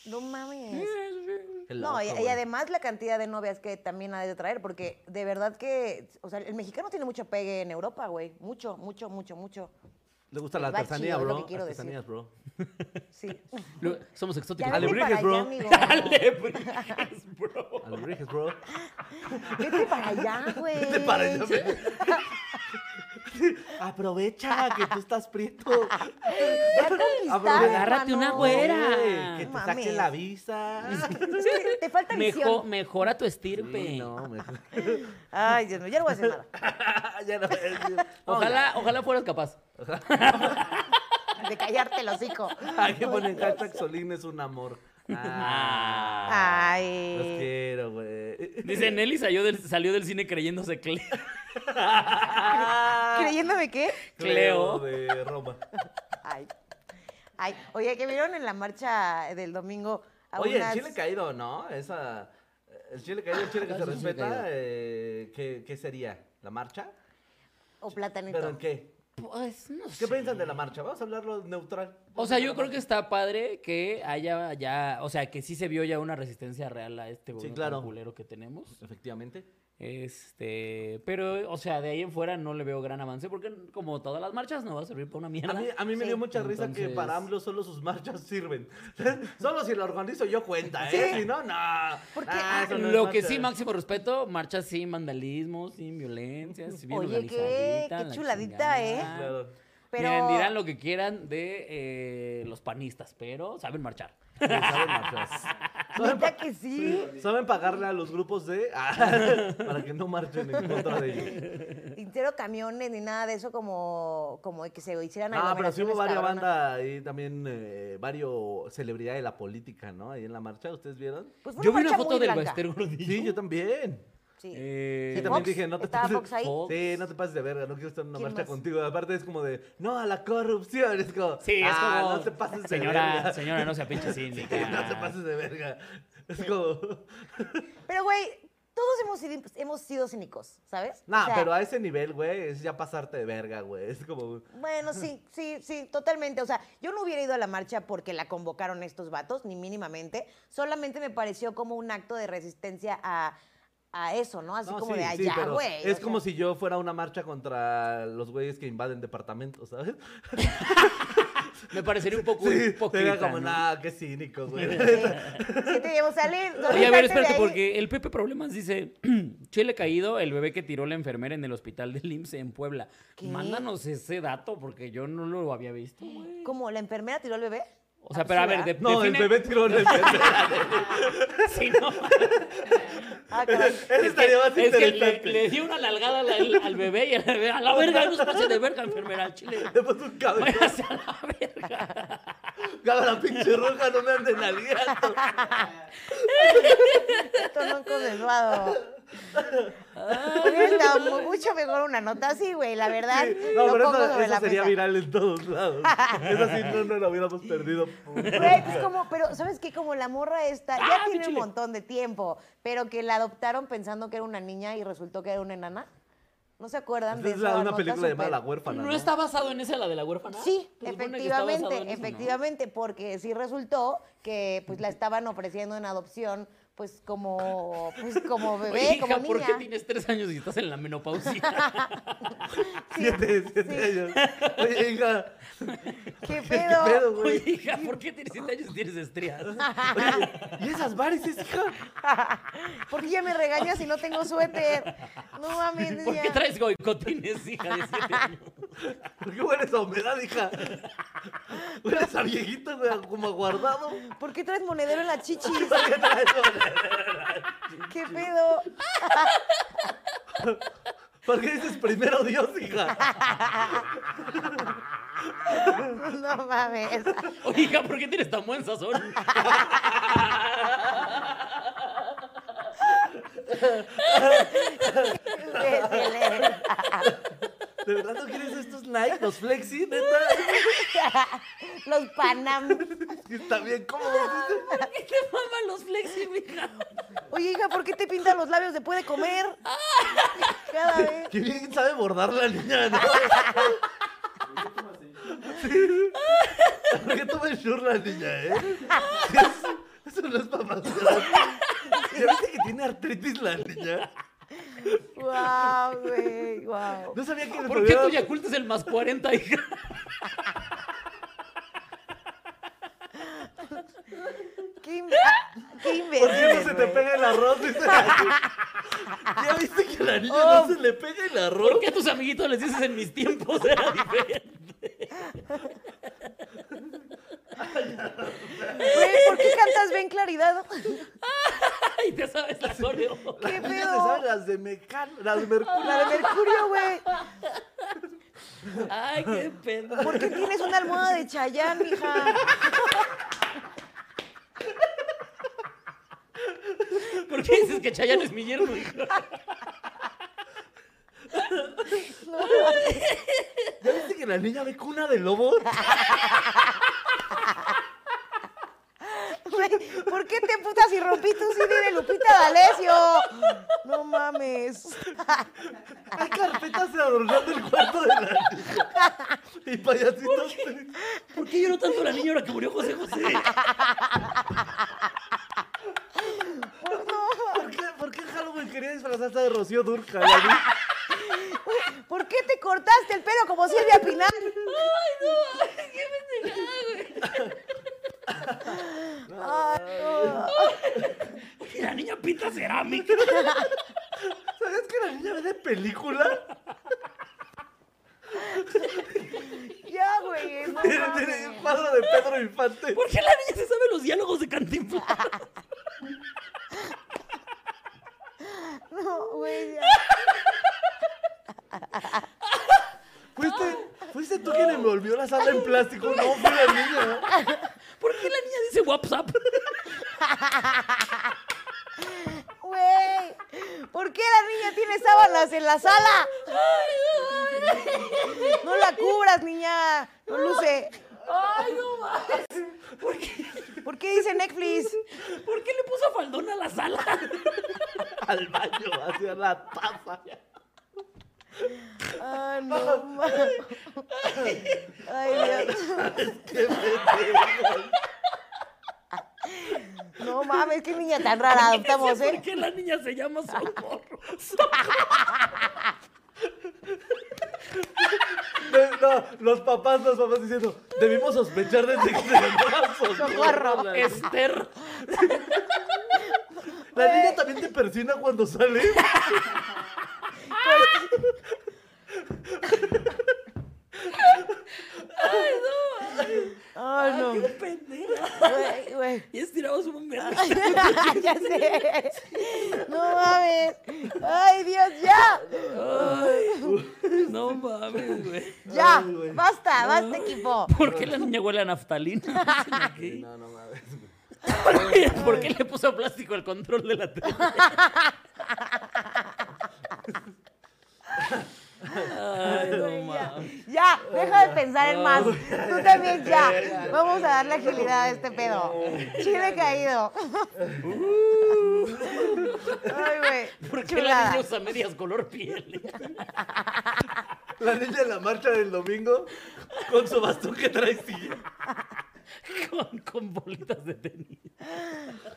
Speaker 3: No mames.
Speaker 2: Qué
Speaker 3: No, y,
Speaker 2: loco,
Speaker 3: y
Speaker 2: güey.
Speaker 3: además la cantidad de novias que también ha de traer, porque de verdad que, o sea, el mexicano tiene mucho pegue en Europa, güey. Mucho, mucho, mucho, mucho.
Speaker 2: Le gusta la
Speaker 3: va chido,
Speaker 2: artesanía,
Speaker 3: es lo
Speaker 2: bro.
Speaker 3: que quiero decir.
Speaker 2: Artesanías, bro.
Speaker 3: Sí.
Speaker 1: Lo- somos exóticos.
Speaker 3: Ya vete
Speaker 2: Alebrijes,
Speaker 3: para allá,
Speaker 2: bro.
Speaker 3: amigo.
Speaker 1: Alebrijes, bro.
Speaker 2: Alebrijes, bro.
Speaker 3: Vete para allá, güey.
Speaker 2: Vete para allá, güey. Aprovecha que tú estás prieto.
Speaker 3: Ya conquistado,
Speaker 1: Agárrate
Speaker 3: hermano.
Speaker 1: una güera.
Speaker 2: Güey, que te
Speaker 3: Mames.
Speaker 2: saque la visa.
Speaker 3: Es que te falta
Speaker 1: Mejor,
Speaker 3: visión.
Speaker 1: mejora tu estirpe.
Speaker 2: Sí, no, mejor.
Speaker 3: Ay, Dios mío, ya no voy a hacer nada.
Speaker 2: ya no, eh,
Speaker 1: Ojalá, ojalá fueras capaz.
Speaker 3: De callarte el hocico.
Speaker 2: Hay que ponen hashtag Solín es un amor. Ah,
Speaker 3: Ay.
Speaker 2: Los quiero, güey.
Speaker 1: Dice Nelly salió del, salió del cine creyéndose Cle-
Speaker 2: Ah.
Speaker 3: ¿Creyéndome qué?
Speaker 1: Cleo.
Speaker 2: de Roma.
Speaker 3: Ay. Ay. Oye, que vieron en la marcha del domingo a
Speaker 2: Oye,
Speaker 3: unas- Ah,
Speaker 2: el chile caído, ¿no? Esa, el chile caído, el chile que se
Speaker 1: Eso sí caído.
Speaker 2: respeta, eh, ¿qué, ¿qué sería? ¿La marcha?
Speaker 3: o platanito.
Speaker 2: ¿Pero en qué?
Speaker 1: Pues no
Speaker 2: ¿Qué
Speaker 1: sé.
Speaker 2: piensan de la marcha? Vamos a hablarlo neutral.
Speaker 1: O sea, yo creo que está padre que haya ya, o sea, que sí se vio ya una resistencia real a este gobierno tan
Speaker 2: claro.
Speaker 1: culero que tenemos.
Speaker 2: Efectivamente.
Speaker 1: Este, pero, o sea, de ahí en fuera no le veo gran avance porque como todas las marchas no va a servir para una
Speaker 2: A
Speaker 1: mierda.
Speaker 2: mí, a mí me
Speaker 3: Sí.
Speaker 2: dio mucha risa que
Speaker 1: Entonces-
Speaker 2: para AMLO solo sus marchas sirven. solo si lo organizo yo cuenta, ¿eh?
Speaker 3: Sí.
Speaker 2: Si no, no.
Speaker 3: Porque,
Speaker 2: Ah, eso no es
Speaker 1: Lo que
Speaker 2: marcha.
Speaker 1: sí, máximo respeto, marchas sin vandalismo, sin violencia, bien
Speaker 3: Oye, qué-
Speaker 1: organizadita,
Speaker 3: qué
Speaker 1: la
Speaker 3: chuladita,
Speaker 1: chingada.
Speaker 3: ¿eh?
Speaker 2: Claro.
Speaker 3: Pero...
Speaker 1: Miren, dirán lo que quieran de eh, los panistas, pero saben marchar.
Speaker 2: Sí, saben marchar. Saben,
Speaker 3: ¿Neta
Speaker 2: pa-
Speaker 3: que sí?
Speaker 2: saben pagarle a los grupos de... para que no marchen en contra de ellos.
Speaker 3: Y cero camiones ni nada de eso como, como que se hicieran
Speaker 2: Ah, pero sí hubo
Speaker 3: aglomeraciones
Speaker 2: varias
Speaker 3: cabronas.
Speaker 2: bandas ahí también, eh, varios celebridades de la política, ¿no? Ahí en la marcha, ¿ustedes vieron?
Speaker 3: Pues fue
Speaker 1: Yo vi una
Speaker 3: marcha
Speaker 1: foto
Speaker 3: muy
Speaker 1: del
Speaker 3: blanca.
Speaker 1: Ballester Gordillo.
Speaker 2: Sí, yo también.
Speaker 3: Sí.
Speaker 1: Eh,
Speaker 2: Sí,
Speaker 3: ¿De
Speaker 2: también
Speaker 3: Fox?
Speaker 2: dije, no te
Speaker 3: ¿Estaba
Speaker 2: pases.
Speaker 3: Fox ahí?
Speaker 1: Fox.
Speaker 2: Sí, no te pases de verga, no quiero estar en una
Speaker 3: ¿Quién
Speaker 2: marcha
Speaker 3: más?
Speaker 2: contigo. Aparte es como de, no a la corrupción. Es como,
Speaker 1: Sí, es
Speaker 2: "Ah,
Speaker 1: como.
Speaker 2: no te pases de
Speaker 1: señora,
Speaker 2: verga.
Speaker 1: señora, no sea pinche
Speaker 2: Sí,
Speaker 1: cínica.
Speaker 2: no te pases de verga. Es como,
Speaker 3: Pero, güey, todos hemos sido, hemos sido cínicos, ¿sabes?
Speaker 2: nah,
Speaker 3: O sea,
Speaker 2: pero a ese nivel, güey, es ya pasarte de verga, güey. Es como,
Speaker 3: Bueno, sí, sí, sí, totalmente. O sea, yo no hubiera ido a la marcha porque la convocaron estos vatos, ni mínimamente. Solamente me pareció como un acto de resistencia a, a eso, ¿no? Así
Speaker 2: No,
Speaker 3: como
Speaker 2: sí,
Speaker 3: de
Speaker 2: sí,
Speaker 3: allá,
Speaker 2: pero
Speaker 3: güey. o
Speaker 2: Es
Speaker 3: sea.
Speaker 2: como si yo fuera a una marcha contra los güeyes que invaden departamentos, ¿sabes?
Speaker 1: Me parecería un poco
Speaker 2: Sí,
Speaker 1: hipócrita.
Speaker 2: sería como,
Speaker 1: ¿no?
Speaker 2: nada, qué cínico, güey.
Speaker 3: Sí, te llevo a salir.
Speaker 1: Oye,
Speaker 3: solamente
Speaker 1: a ver,
Speaker 3: de
Speaker 1: espérate,
Speaker 3: ahí.
Speaker 1: porque el Pepe Problemas dice: Chile caído, el bebé que tiró la enfermera en el hospital del IMSS en Puebla.
Speaker 3: ¿Qué?
Speaker 1: Mándanos ese dato, porque yo no lo había visto, güey.
Speaker 3: ¿Cómo? ¿La enfermera tiró al bebé?
Speaker 1: O
Speaker 3: Ah,
Speaker 1: sea, pero
Speaker 3: pues
Speaker 1: a ver, de,
Speaker 2: No, el
Speaker 1: define-
Speaker 2: bebé tiró en el bebé.
Speaker 1: Sí, no.
Speaker 3: Ah, caray.
Speaker 2: Eso estaría más
Speaker 1: es que le,
Speaker 2: interesante.
Speaker 1: le di una nalgada al, al- al bebé y el bebé, a la verga, no se pase de verga, enfermera, al chile.
Speaker 2: Le puso un cabello.
Speaker 1: Váyase a la verga.
Speaker 2: la pinche roja, no me anden aliando.
Speaker 3: Esto no es consensuado. Hubiera estado mu- mucho mejor una nota así, güey, la verdad.
Speaker 2: Sí,
Speaker 3: lo
Speaker 2: No, pero
Speaker 3: pongo
Speaker 2: eso,
Speaker 3: sobre la
Speaker 2: sería
Speaker 3: mesa.
Speaker 2: viral en todos lados. Eso sí, no, no lo hubiéramos perdido.
Speaker 3: Güey, pues como, pero ¿sabes qué? Como la morra esta,
Speaker 1: Ah,
Speaker 3: ya tiene
Speaker 1: pinche
Speaker 3: un
Speaker 1: le-
Speaker 3: montón de tiempo, pero que la adoptaron pensando que era una niña y resultó que era una enana. ¿No se acuerdan
Speaker 2: Esta
Speaker 3: de
Speaker 2: es la-
Speaker 3: esa
Speaker 2: una
Speaker 3: nota
Speaker 2: película llamada
Speaker 3: súper-
Speaker 2: La huérfana.
Speaker 1: ¿No está basado en esa, la de la huérfana?
Speaker 3: Sí,
Speaker 1: Se supone que está basado en
Speaker 3: efectivamente,
Speaker 1: eso, ¿no?
Speaker 3: efectivamente, porque sí resultó que pues la estaban ofreciendo en adopción, pues como, pues como bebé,
Speaker 1: Oye, hija,
Speaker 3: como niña.
Speaker 1: ¿por qué tienes tres años y estás en la menopausia?
Speaker 2: Siete, siete años. Oye, hija. ¿Qué
Speaker 3: ¿Qué pedo?
Speaker 2: pedo, güey?
Speaker 1: Oye, hija, ¿por qué tienes siete años y tienes estrías?
Speaker 2: Oye, ¿y esas varices, hija?
Speaker 3: ¿Por qué ya me regañas si no tengo suéter? No mames,
Speaker 1: ¿Por qué
Speaker 3: niña.
Speaker 1: traes goicotines, hija, de siete años?
Speaker 2: ¿Por qué hueles a humedad, hija? Hueles a viejito, güey, como aguardado.
Speaker 3: ¿Por qué traes monedero en la chichis?
Speaker 2: ¿Qué traes, güey?
Speaker 3: ¿Qué pedo?
Speaker 2: ¿Por qué dices primero Dios, hija?
Speaker 3: No mames.
Speaker 1: Oye, hija, ¿por qué tienes tan buen sazón?
Speaker 3: Excelente.
Speaker 2: ¿De verdad no quieres estos Nike, los Flexi, neta?
Speaker 3: Los Panam.
Speaker 2: Sí, Está bien cómodos.
Speaker 1: ¿Qué te maman los flexi, mija?
Speaker 3: Oye, hija, ¿por qué te pintan los labios después de comer? Cada vez.
Speaker 2: Qué bien sabe bordar la niña, ¿no? Sí. ¿Por qué toma shur la niña, eh? Sí, es- Eso no es para ¿Ya viste que tiene artritis la niña?
Speaker 3: Guau, güey, guau.
Speaker 2: No sabía que le
Speaker 1: ¿Por qué tu
Speaker 2: podía-
Speaker 1: Yakult es el más 40, hija?
Speaker 3: Qué, im- ah, qué
Speaker 2: ¿Por qué no
Speaker 3: imbécil.
Speaker 2: se te pega el arroz? Dice la- ¿Ya viste que a la niña
Speaker 3: Oh.
Speaker 2: no se le pega el arroz?
Speaker 1: ¿Por qué a tus amiguitos les dices en mis tiempos era diferente?
Speaker 3: Güey, ¿por qué cantas bien claridad?
Speaker 1: Ay, te sabes la coreo.
Speaker 2: La
Speaker 3: ¿Qué
Speaker 2: niña se
Speaker 3: pedo?
Speaker 2: sabe las de Mecano, las de Mercurio.
Speaker 3: La de Mercurio, güey.
Speaker 1: Ay, qué pendejo.
Speaker 3: ¿Por qué tienes una almohada de Chayán, hija?
Speaker 1: ¿Por qué dices que Chayanne es mi yerno, hija?
Speaker 2: ¿Ya viste que la niña ve cuna de lobo?
Speaker 3: Güey, ¿Por qué te putas y rompiste un CD de Lupita D'Alessio? No mames.
Speaker 2: Hay carpetas adornando el cuarto de la niña. Y payasitos.
Speaker 1: ¿Por qué lloró tanto la niña ahora que murió José José?
Speaker 2: ¿Por qué, ¿Por qué Halloween quería disfrazarse de Rocío Durca? La niña?
Speaker 3: ¿Por qué te cortaste el pelo como Silvia Pinal?
Speaker 1: Y la niña pinta cerámica.
Speaker 2: ¿Sabías que la niña ve de película? Leonardo de Pedro Infante.
Speaker 1: ¿Por qué la niña se sabe los diálogos de Cantinflas?
Speaker 3: No, güey, ya.
Speaker 2: ¿Fuiste, ¿Fuiste tú quien envolvió la sala en plástico? No, fue la niña.
Speaker 1: ¿Por qué la niña dice WhatsApp?
Speaker 3: Güey, ¿por qué la niña tiene sábanas en la sala? No la cubras, niña. No luce.
Speaker 1: Ay, no más. ¿Por qué,
Speaker 3: ¿Por qué dice Netflix?
Speaker 1: ¿Por qué le puso faldón a la sala?
Speaker 2: Al baño, hacia la taza.
Speaker 3: Ah, no. ma- Ay, Dios.
Speaker 2: Qué pendejo.
Speaker 3: No mames, qué niña tan rara adoptamos,
Speaker 1: ¿Por
Speaker 3: ¿eh?
Speaker 1: qué la niña se llama Socorro?
Speaker 2: De- No, los papás, los papás diciendo, debimos sospechar desde que se llamaba
Speaker 3: Socorro.
Speaker 2: La,
Speaker 1: Esther.
Speaker 2: la niña también te persina cuando sale.
Speaker 3: Ay, no.
Speaker 1: Qué pendeja.
Speaker 3: Güey, güey.
Speaker 1: Y estiramos un momento.
Speaker 3: ya sé. No mames. Ay, Dios, ya.
Speaker 1: No mames, güey.
Speaker 3: Ya.
Speaker 2: Ay, güey.
Speaker 3: Basta, basta, equipo.
Speaker 1: ¿Por qué la niña huele a naftalina? Dicen aquí.
Speaker 2: No, no mames.
Speaker 1: ¿Por qué le puso plástico al control de la tele? Ay, no mames.
Speaker 3: Ya, deja de pensar en más. Tú también ya. Vamos a darle agilidad a este pedo. Chile caído. Ay, güey.
Speaker 1: ¿Por qué la
Speaker 3: Chulada.
Speaker 1: niña usa medias color piel?
Speaker 2: La niña en la marcha del domingo con su bastón que trae silla.
Speaker 1: Con, con bolitas de tenis.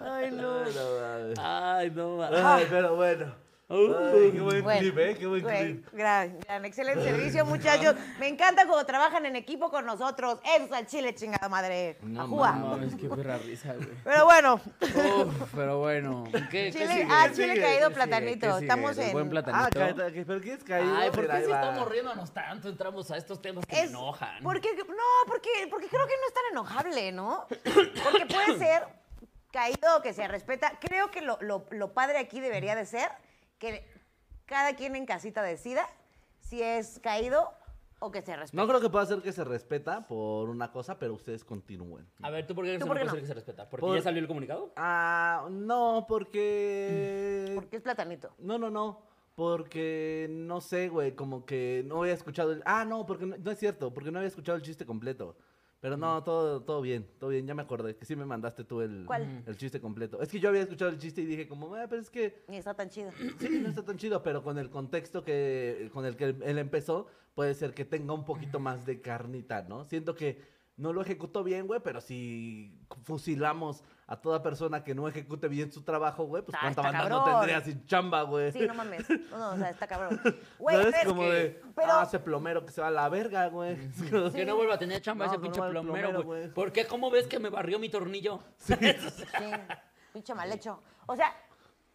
Speaker 3: Ay, no.
Speaker 2: Ay, no mames.
Speaker 1: Ay, no Ah. mames.
Speaker 2: Ay, pero bueno. Ah. Ay, qué buen
Speaker 3: Bueno,
Speaker 2: clip, ¿eh? Qué buen
Speaker 3: güey,
Speaker 2: clip.
Speaker 3: gran, gran, excelente servicio, muchachos. Me encanta cómo trabajan en equipo con nosotros. Eso es al chile, chingada madre. Ajúa.
Speaker 4: mames, qué perra risa, güey.
Speaker 3: Pero bueno,
Speaker 4: Uf, pero bueno.
Speaker 1: ¿Qué, qué
Speaker 3: chile,
Speaker 1: sigue?
Speaker 3: ah,
Speaker 2: ¿Qué
Speaker 3: chile
Speaker 2: sigue?
Speaker 3: caído,
Speaker 4: ¿Qué
Speaker 3: platanito.
Speaker 4: sigue? ¿Qué sigue?
Speaker 3: Estamos
Speaker 4: Del
Speaker 3: en.
Speaker 4: Buen
Speaker 2: Ah,
Speaker 4: platanito.
Speaker 2: caída, que- pero ¿quién es caído?
Speaker 1: Ay, ¿por
Speaker 2: Mira,
Speaker 1: qué
Speaker 2: ahí
Speaker 1: sí
Speaker 2: va.
Speaker 1: estamos riéndonos tanto? Entramos a estos temas que me
Speaker 3: Es-
Speaker 1: enojan.
Speaker 3: Porque, no, porque, porque creo que no es tan enojable, ¿no? Porque puede ser caído que se respeta. Creo que lo, lo- lo padre aquí debería de ser que cada quien en casita decida si es caído o que se respeta.
Speaker 2: No creo que pueda ser que se respeta por una cosa, pero ustedes continúen.
Speaker 1: A ver, ¿tú por qué crees
Speaker 3: ¿Tú
Speaker 1: que no
Speaker 3: por qué
Speaker 1: puede
Speaker 3: no?
Speaker 1: ser que se respeta? ¿Porque
Speaker 2: Por-
Speaker 1: ya salió el comunicado?
Speaker 2: Ah, no, porque...
Speaker 3: Porque es platanito.
Speaker 2: No, no, no. Porque no sé, güey, como que no había escuchado el. Ah, no, porque no, no es cierto, porque no había escuchado el chiste completo. Pero no, todo, todo bien, todo bien, ya me acordé, que sí me mandaste tú el,
Speaker 3: ¿Cuál?
Speaker 2: el chiste completo. Es que yo había escuchado el chiste y dije como, ah, pero es que
Speaker 3: Ni está tan chido.
Speaker 2: sí, no está tan chido, pero con el contexto que, con el que él empezó, puede ser que tenga un poquito más de carnita, ¿no? Siento que no lo ejecutó bien, güey, pero si fusilamos a toda persona que no ejecute bien su trabajo, güey, pues
Speaker 3: Ah,
Speaker 2: cuánta
Speaker 3: está
Speaker 2: banda no
Speaker 3: cabrón.
Speaker 2: tendría sin chamba, güey.
Speaker 3: Sí, no mames. No, no, o sea, está cabrón. Güey,
Speaker 2: ¿Sabes?
Speaker 3: pero es
Speaker 2: Como
Speaker 3: que-
Speaker 2: de,
Speaker 3: pero
Speaker 2: ah, ese plomero que se va a la verga, güey.
Speaker 1: Que no vuelva a tener chamba
Speaker 2: No,
Speaker 1: ese
Speaker 2: que
Speaker 1: pinche
Speaker 2: no va el
Speaker 1: plomero,
Speaker 2: plomero,
Speaker 1: güey.
Speaker 2: güey.
Speaker 1: ¿Por qué? ¿Cómo ves que me barrió mi tornillo?
Speaker 3: sí, pinche mal hecho. O sea,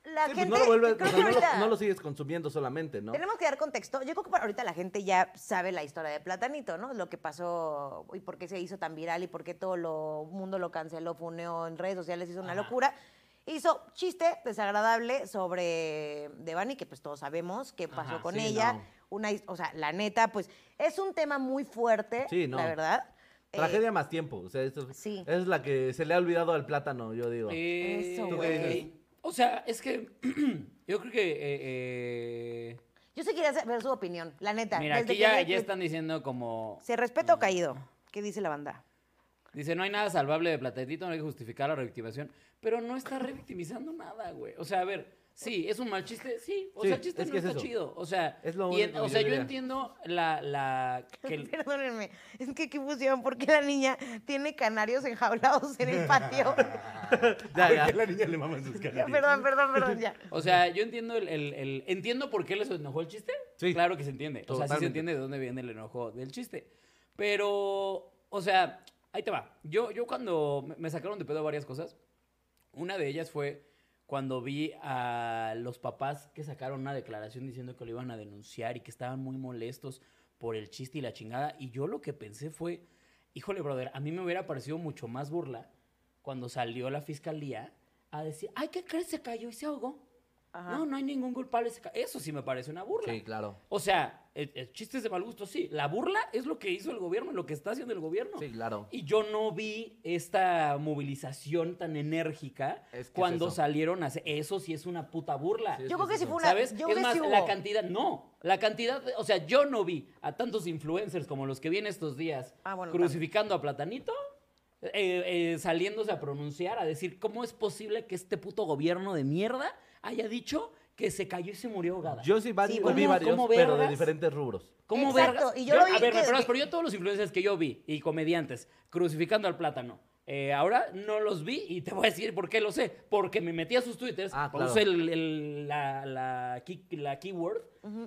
Speaker 3: la
Speaker 2: Sí, pues
Speaker 3: gente
Speaker 2: no lo vuelve- o sea,
Speaker 3: creo que
Speaker 2: no lo-
Speaker 3: ahorita
Speaker 2: no lo sigues consumiendo solamente, ¿no?
Speaker 3: tenemos que dar contexto. Yo creo que para ahorita la gente ya sabe la historia de Platanito, ¿no? Lo que pasó y por qué se hizo tan viral y por qué todo lo mundo lo canceló, funeó en redes sociales, hizo una
Speaker 1: Ajá.
Speaker 3: locura. Hizo chiste desagradable sobre Devani, que pues todos sabemos qué pasó
Speaker 1: Ajá,
Speaker 3: con
Speaker 2: sí,
Speaker 3: ella.
Speaker 2: no.
Speaker 3: Una, his- o sea, la neta, pues es un tema muy fuerte,
Speaker 2: Sí, no.
Speaker 3: la verdad. Eh,
Speaker 2: Tragedia más tiempo. O sea, esto-
Speaker 3: Sí.
Speaker 2: es la que se le ha olvidado al plátano, yo digo.
Speaker 1: Eh,
Speaker 3: Eso,
Speaker 1: ¿tú qué
Speaker 3: güey.
Speaker 1: dices? O sea, es que yo creo que... eh, eh,
Speaker 3: Yo sí quería ver su opinión, la neta.
Speaker 1: mira,
Speaker 3: desde
Speaker 1: aquí
Speaker 3: que
Speaker 1: ya,
Speaker 3: vi el
Speaker 1: ya
Speaker 3: clip.
Speaker 1: están Mm. diciendo como...
Speaker 3: ¿Se respeta o caído? ¿Qué dice la banda?
Speaker 1: Dice, no hay nada salvable de Platanito, no hay que justificar la revictimización. Pero no está revictimizando nada, güey. O sea, a ver, sí, es un mal chiste, sí. O
Speaker 2: Sí,
Speaker 1: sea, el chiste
Speaker 2: es
Speaker 1: no
Speaker 2: que es
Speaker 1: está
Speaker 2: eso.
Speaker 1: chido. O sea,
Speaker 2: Es lo
Speaker 1: y en-
Speaker 2: único
Speaker 1: o
Speaker 2: que yo
Speaker 1: sea yo
Speaker 2: diría.
Speaker 1: entiendo la... la que el-
Speaker 3: Perdónenme, es que aquí pusieron porque la niña tiene canarios enjaulados en el patio.
Speaker 2: Ya, ya.
Speaker 5: la niña le maman sus
Speaker 3: Ya,
Speaker 5: canarias?
Speaker 3: perdón, perdón, perdón, ya.
Speaker 1: O sea, yo entiendo el, el- el- Entiendo por qué les enojó el chiste.
Speaker 2: Sí.
Speaker 1: Claro que se entiende. O sea, sí se
Speaker 2: Totalmente.
Speaker 1: entiende de dónde viene el enojo del chiste. Pero, o sea, ahí te va. Yo, yo cuando me- me sacaron de pedo varias cosas, una de ellas fue cuando vi a los papás que sacaron una declaración diciendo que lo iban a denunciar y que estaban muy molestos por el chiste y la chingada. Y yo lo que pensé fue, híjole, brother, a mí me hubiera parecido mucho más burla cuando salió la fiscalía a decir, ay, ¿qué crees? Se cayó y se ahogó.
Speaker 3: Ajá.
Speaker 1: No, no hay ningún culpable. se ca-". Eso sí me parece una burla.
Speaker 2: Sí, claro.
Speaker 1: O sea, eh, eh, chistes de mal gusto, sí. La burla es lo que hizo el gobierno, lo que está haciendo el gobierno.
Speaker 2: Sí, claro.
Speaker 1: Y yo no vi esta movilización tan enérgica
Speaker 2: Es que es
Speaker 1: cuando
Speaker 2: eso.
Speaker 1: salieron a hacer. Eso sí es una puta burla.
Speaker 2: Sí, es
Speaker 3: Yo creo que sí fue una.
Speaker 1: ¿Sabes?
Speaker 3: Yo creo
Speaker 1: es
Speaker 3: que
Speaker 1: más,
Speaker 3: sí
Speaker 1: la
Speaker 3: hubo.
Speaker 1: cantidad, no. La cantidad, de- o sea, yo no vi a tantos influencers como los que vi en estos días
Speaker 3: Ah, bueno,
Speaker 1: crucificando a Platanito, eh, eh, saliéndose a pronunciar, a decir, ¿cómo es posible que este puto gobierno de mierda haya dicho que se cayó y se murió ahogada?
Speaker 2: Yo sí, varios,
Speaker 3: Sí,
Speaker 2: vi
Speaker 1: ¿cómo-
Speaker 2: varios,
Speaker 1: cómo
Speaker 2: pero de
Speaker 1: vergas?
Speaker 2: diferentes rubros.
Speaker 1: ¿Cómo
Speaker 3: Exacto,
Speaker 1: vergas?
Speaker 3: y yo lo vi
Speaker 1: a ver,
Speaker 3: que-
Speaker 1: me perdonas,
Speaker 3: que-
Speaker 1: pero yo todos los influencers que yo vi y comediantes crucificando al plátano. eh, ahora no los vi y te voy a decir por qué lo sé. Porque me metí a sus twitters,
Speaker 2: Ah, claro.
Speaker 1: puse el- el- la, la key- la keyword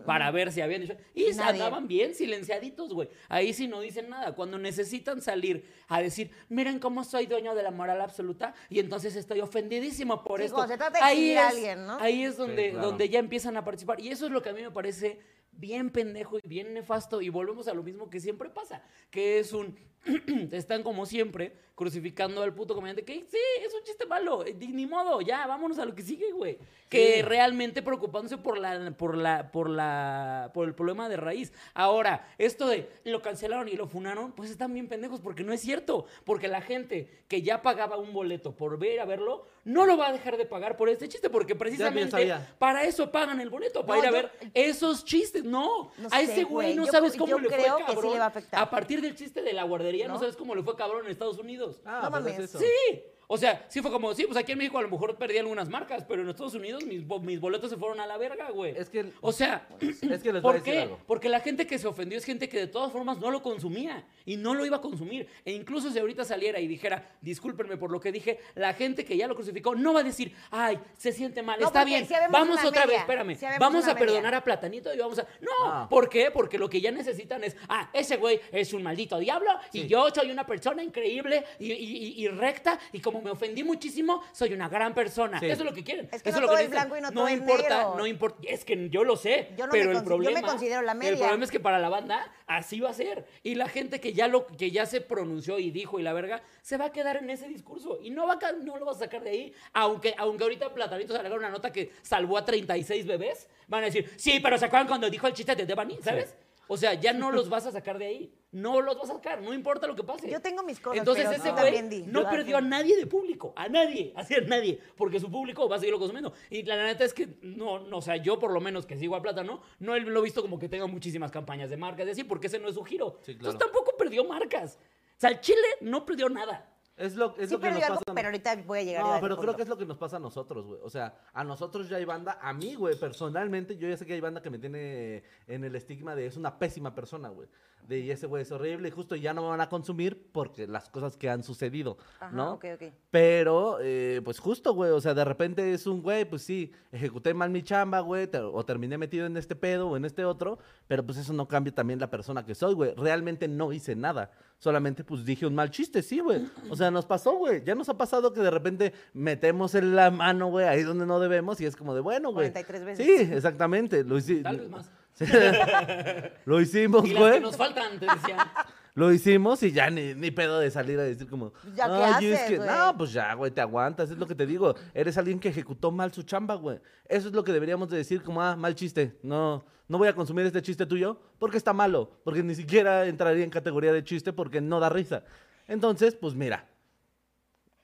Speaker 1: para ver si habían dicho. Y se
Speaker 3: Nadie.
Speaker 1: andaban bien silenciaditos, güey. Ahí sí no dicen nada. Cuando necesitan salir a decir, miren cómo soy dueño de la moral absoluta y entonces estoy ofendidísimo por
Speaker 3: Sí,
Speaker 1: esto.
Speaker 3: cuando se trata de exhibir a alguien, ¿no?
Speaker 1: Ahí es donde,
Speaker 2: claro.
Speaker 1: donde ya empiezan a participar. Y eso es lo que a mí me parece bien pendejo y bien nefasto. Y volvemos a lo mismo que siempre pasa, que es un... Están como siempre crucificando al puto comediante que sí, es un chiste malo, eh, di- ni modo, ya, vámonos a lo que sigue, güey. Que realmente preocupándose por la, por la, por la, por el problema de raíz. Ahora, esto de lo cancelaron y lo funaron, pues están bien pendejos porque no es cierto, porque la gente que ya pagaba un boleto por ver a verlo, no lo va a dejar de pagar por este chiste, porque precisamente
Speaker 2: sabía.
Speaker 1: para eso pagan el boleto, para
Speaker 3: No,
Speaker 1: ir a
Speaker 3: yo-
Speaker 1: ver esos chistes. No,
Speaker 3: No
Speaker 1: a
Speaker 3: sé,
Speaker 1: ese güey
Speaker 3: güey.
Speaker 1: no
Speaker 3: Yo
Speaker 1: sabes
Speaker 3: cre-
Speaker 1: cómo
Speaker 3: yo
Speaker 1: le fue
Speaker 3: creo que sí
Speaker 1: cabrón.
Speaker 3: le va a afectar.
Speaker 1: partir del chiste de la guardería no,
Speaker 3: ¿No?
Speaker 1: sabes cómo le fue cabrón en Estados Unidos.
Speaker 2: Ah,
Speaker 3: No
Speaker 2: pues es
Speaker 3: mames.
Speaker 2: eso.
Speaker 1: Sí. O sea, sí fue como, sí, pues aquí en México a lo mejor perdí algunas marcas, pero en Estados Unidos mis, bo- mis boletos se fueron a la verga, güey.
Speaker 2: Es que el-
Speaker 1: o sea,
Speaker 2: Es que les voy a
Speaker 1: ¿por
Speaker 2: decir
Speaker 1: qué?
Speaker 2: algo.
Speaker 1: Porque la gente que se ofendió es gente que de todas formas no lo consumía y no lo iba a consumir. E incluso si ahorita saliera y dijera, discúlpenme por lo que dije, la gente que ya lo crucificó no va a decir, ay, se siente mal,
Speaker 3: No,
Speaker 1: está
Speaker 3: porque
Speaker 1: bien,
Speaker 3: sí habemos
Speaker 1: vamos
Speaker 3: una
Speaker 1: otra vez,
Speaker 3: media,
Speaker 1: espérame,
Speaker 3: sí habemos
Speaker 1: vamos
Speaker 3: una
Speaker 1: a perdonar
Speaker 3: media.
Speaker 1: a Platanito y vamos a... No,
Speaker 2: Ah.
Speaker 1: ¿por qué? Porque lo que ya necesitan es, ah, ese güey es un maldito diablo
Speaker 2: Sí.
Speaker 1: y yo soy una persona increíble y, y- y- y recta y como me ofendí muchísimo, soy una gran persona.
Speaker 2: Sí.
Speaker 1: Eso es lo que quieren.
Speaker 3: Es que
Speaker 1: Eso
Speaker 3: no
Speaker 1: lo
Speaker 3: todo es
Speaker 1: necesitan.
Speaker 3: blanco y no todo es
Speaker 1: importa,
Speaker 3: negro.
Speaker 1: No importa, es que yo lo sé,
Speaker 3: Yo no
Speaker 1: pero
Speaker 3: me consi- yo
Speaker 1: el
Speaker 3: me
Speaker 1: problema,
Speaker 3: considero la
Speaker 1: El
Speaker 3: media.
Speaker 1: problema es que para la banda así va a ser y la gente que ya lo que ya se pronunció y dijo y la verga se va a quedar en ese discurso y no va a ca- no lo va a sacar de ahí, aunque aunque ahorita Platanito salga una nota que salvó a 36 bebés, van a decir, "Sí, pero se acuerdan cuando dijo el chiste de Devani", ¿sabes? O sea, ya no los vas a sacar de ahí. No los vas a sacar, no importa lo que pase.
Speaker 3: Yo tengo mis cosas,
Speaker 1: Entonces
Speaker 3: pero
Speaker 1: ese
Speaker 3: sí
Speaker 1: güey
Speaker 3: también di.
Speaker 1: no perdió a nadie de público, a nadie, así a nadie, porque su público va a seguirlo consumiendo. Y la neta es que no, no, o sea, yo por lo menos que sigo a Plátano, no lo he visto como que tenga muchísimas campañas de marcas y así, porque ese no es su giro.
Speaker 2: Sí, claro.
Speaker 1: Entonces tampoco perdió marcas. O sea, el Chile no perdió nada.
Speaker 2: Es lo, es
Speaker 3: Sí,
Speaker 2: lo que
Speaker 3: pero
Speaker 2: nos
Speaker 3: yo algo,
Speaker 2: pasa. a-
Speaker 3: pero ahorita voy a llegar.
Speaker 2: No, pero creo que es lo que nos pasa a nosotros, güey. O sea, a nosotros ya hay banda, a mí, güey, personalmente, yo ya sé que hay banda que me tiene en el estigma de es una pésima persona, güey. De y ese güey es horrible y justo ya no me van a consumir porque las cosas que han sucedido,
Speaker 3: Ajá,
Speaker 2: ¿no?
Speaker 3: ok, ok.
Speaker 2: Pero, eh, pues justo, güey, o sea, de repente es un güey, pues sí, ejecuté mal mi chamba, güey, te- o terminé metido en este pedo o en este otro, pero pues eso no cambia también la persona que soy, güey. Realmente no hice nada, solamente pues dije un mal chiste, sí, güey. O sea, nos pasó, güey, ya nos ha pasado que de repente metemos en la mano, güey, ahí donde no debemos y es como de, bueno, güey.
Speaker 3: 43 veces.
Speaker 2: Sí, exactamente, lo hicimos.
Speaker 1: Tal vez más.
Speaker 2: Lo hicimos,
Speaker 1: Y
Speaker 2: güey.
Speaker 1: las que nos faltan, te decía.
Speaker 2: Lo hicimos y ya ni, ni pedo de salir a decir como...
Speaker 3: Ya, ¿qué
Speaker 2: "Ay, es
Speaker 3: haces,
Speaker 2: que-".
Speaker 3: güey?
Speaker 2: No, pues ya, güey, te aguantas, es lo que te digo. Eres alguien que ejecutó mal su chamba, güey. Eso es lo que deberíamos de decir como, ah, mal chiste. No, no voy a consumir este chiste tuyo porque está malo. Porque ni siquiera entraría en categoría de chiste porque no da risa. Entonces, pues mira.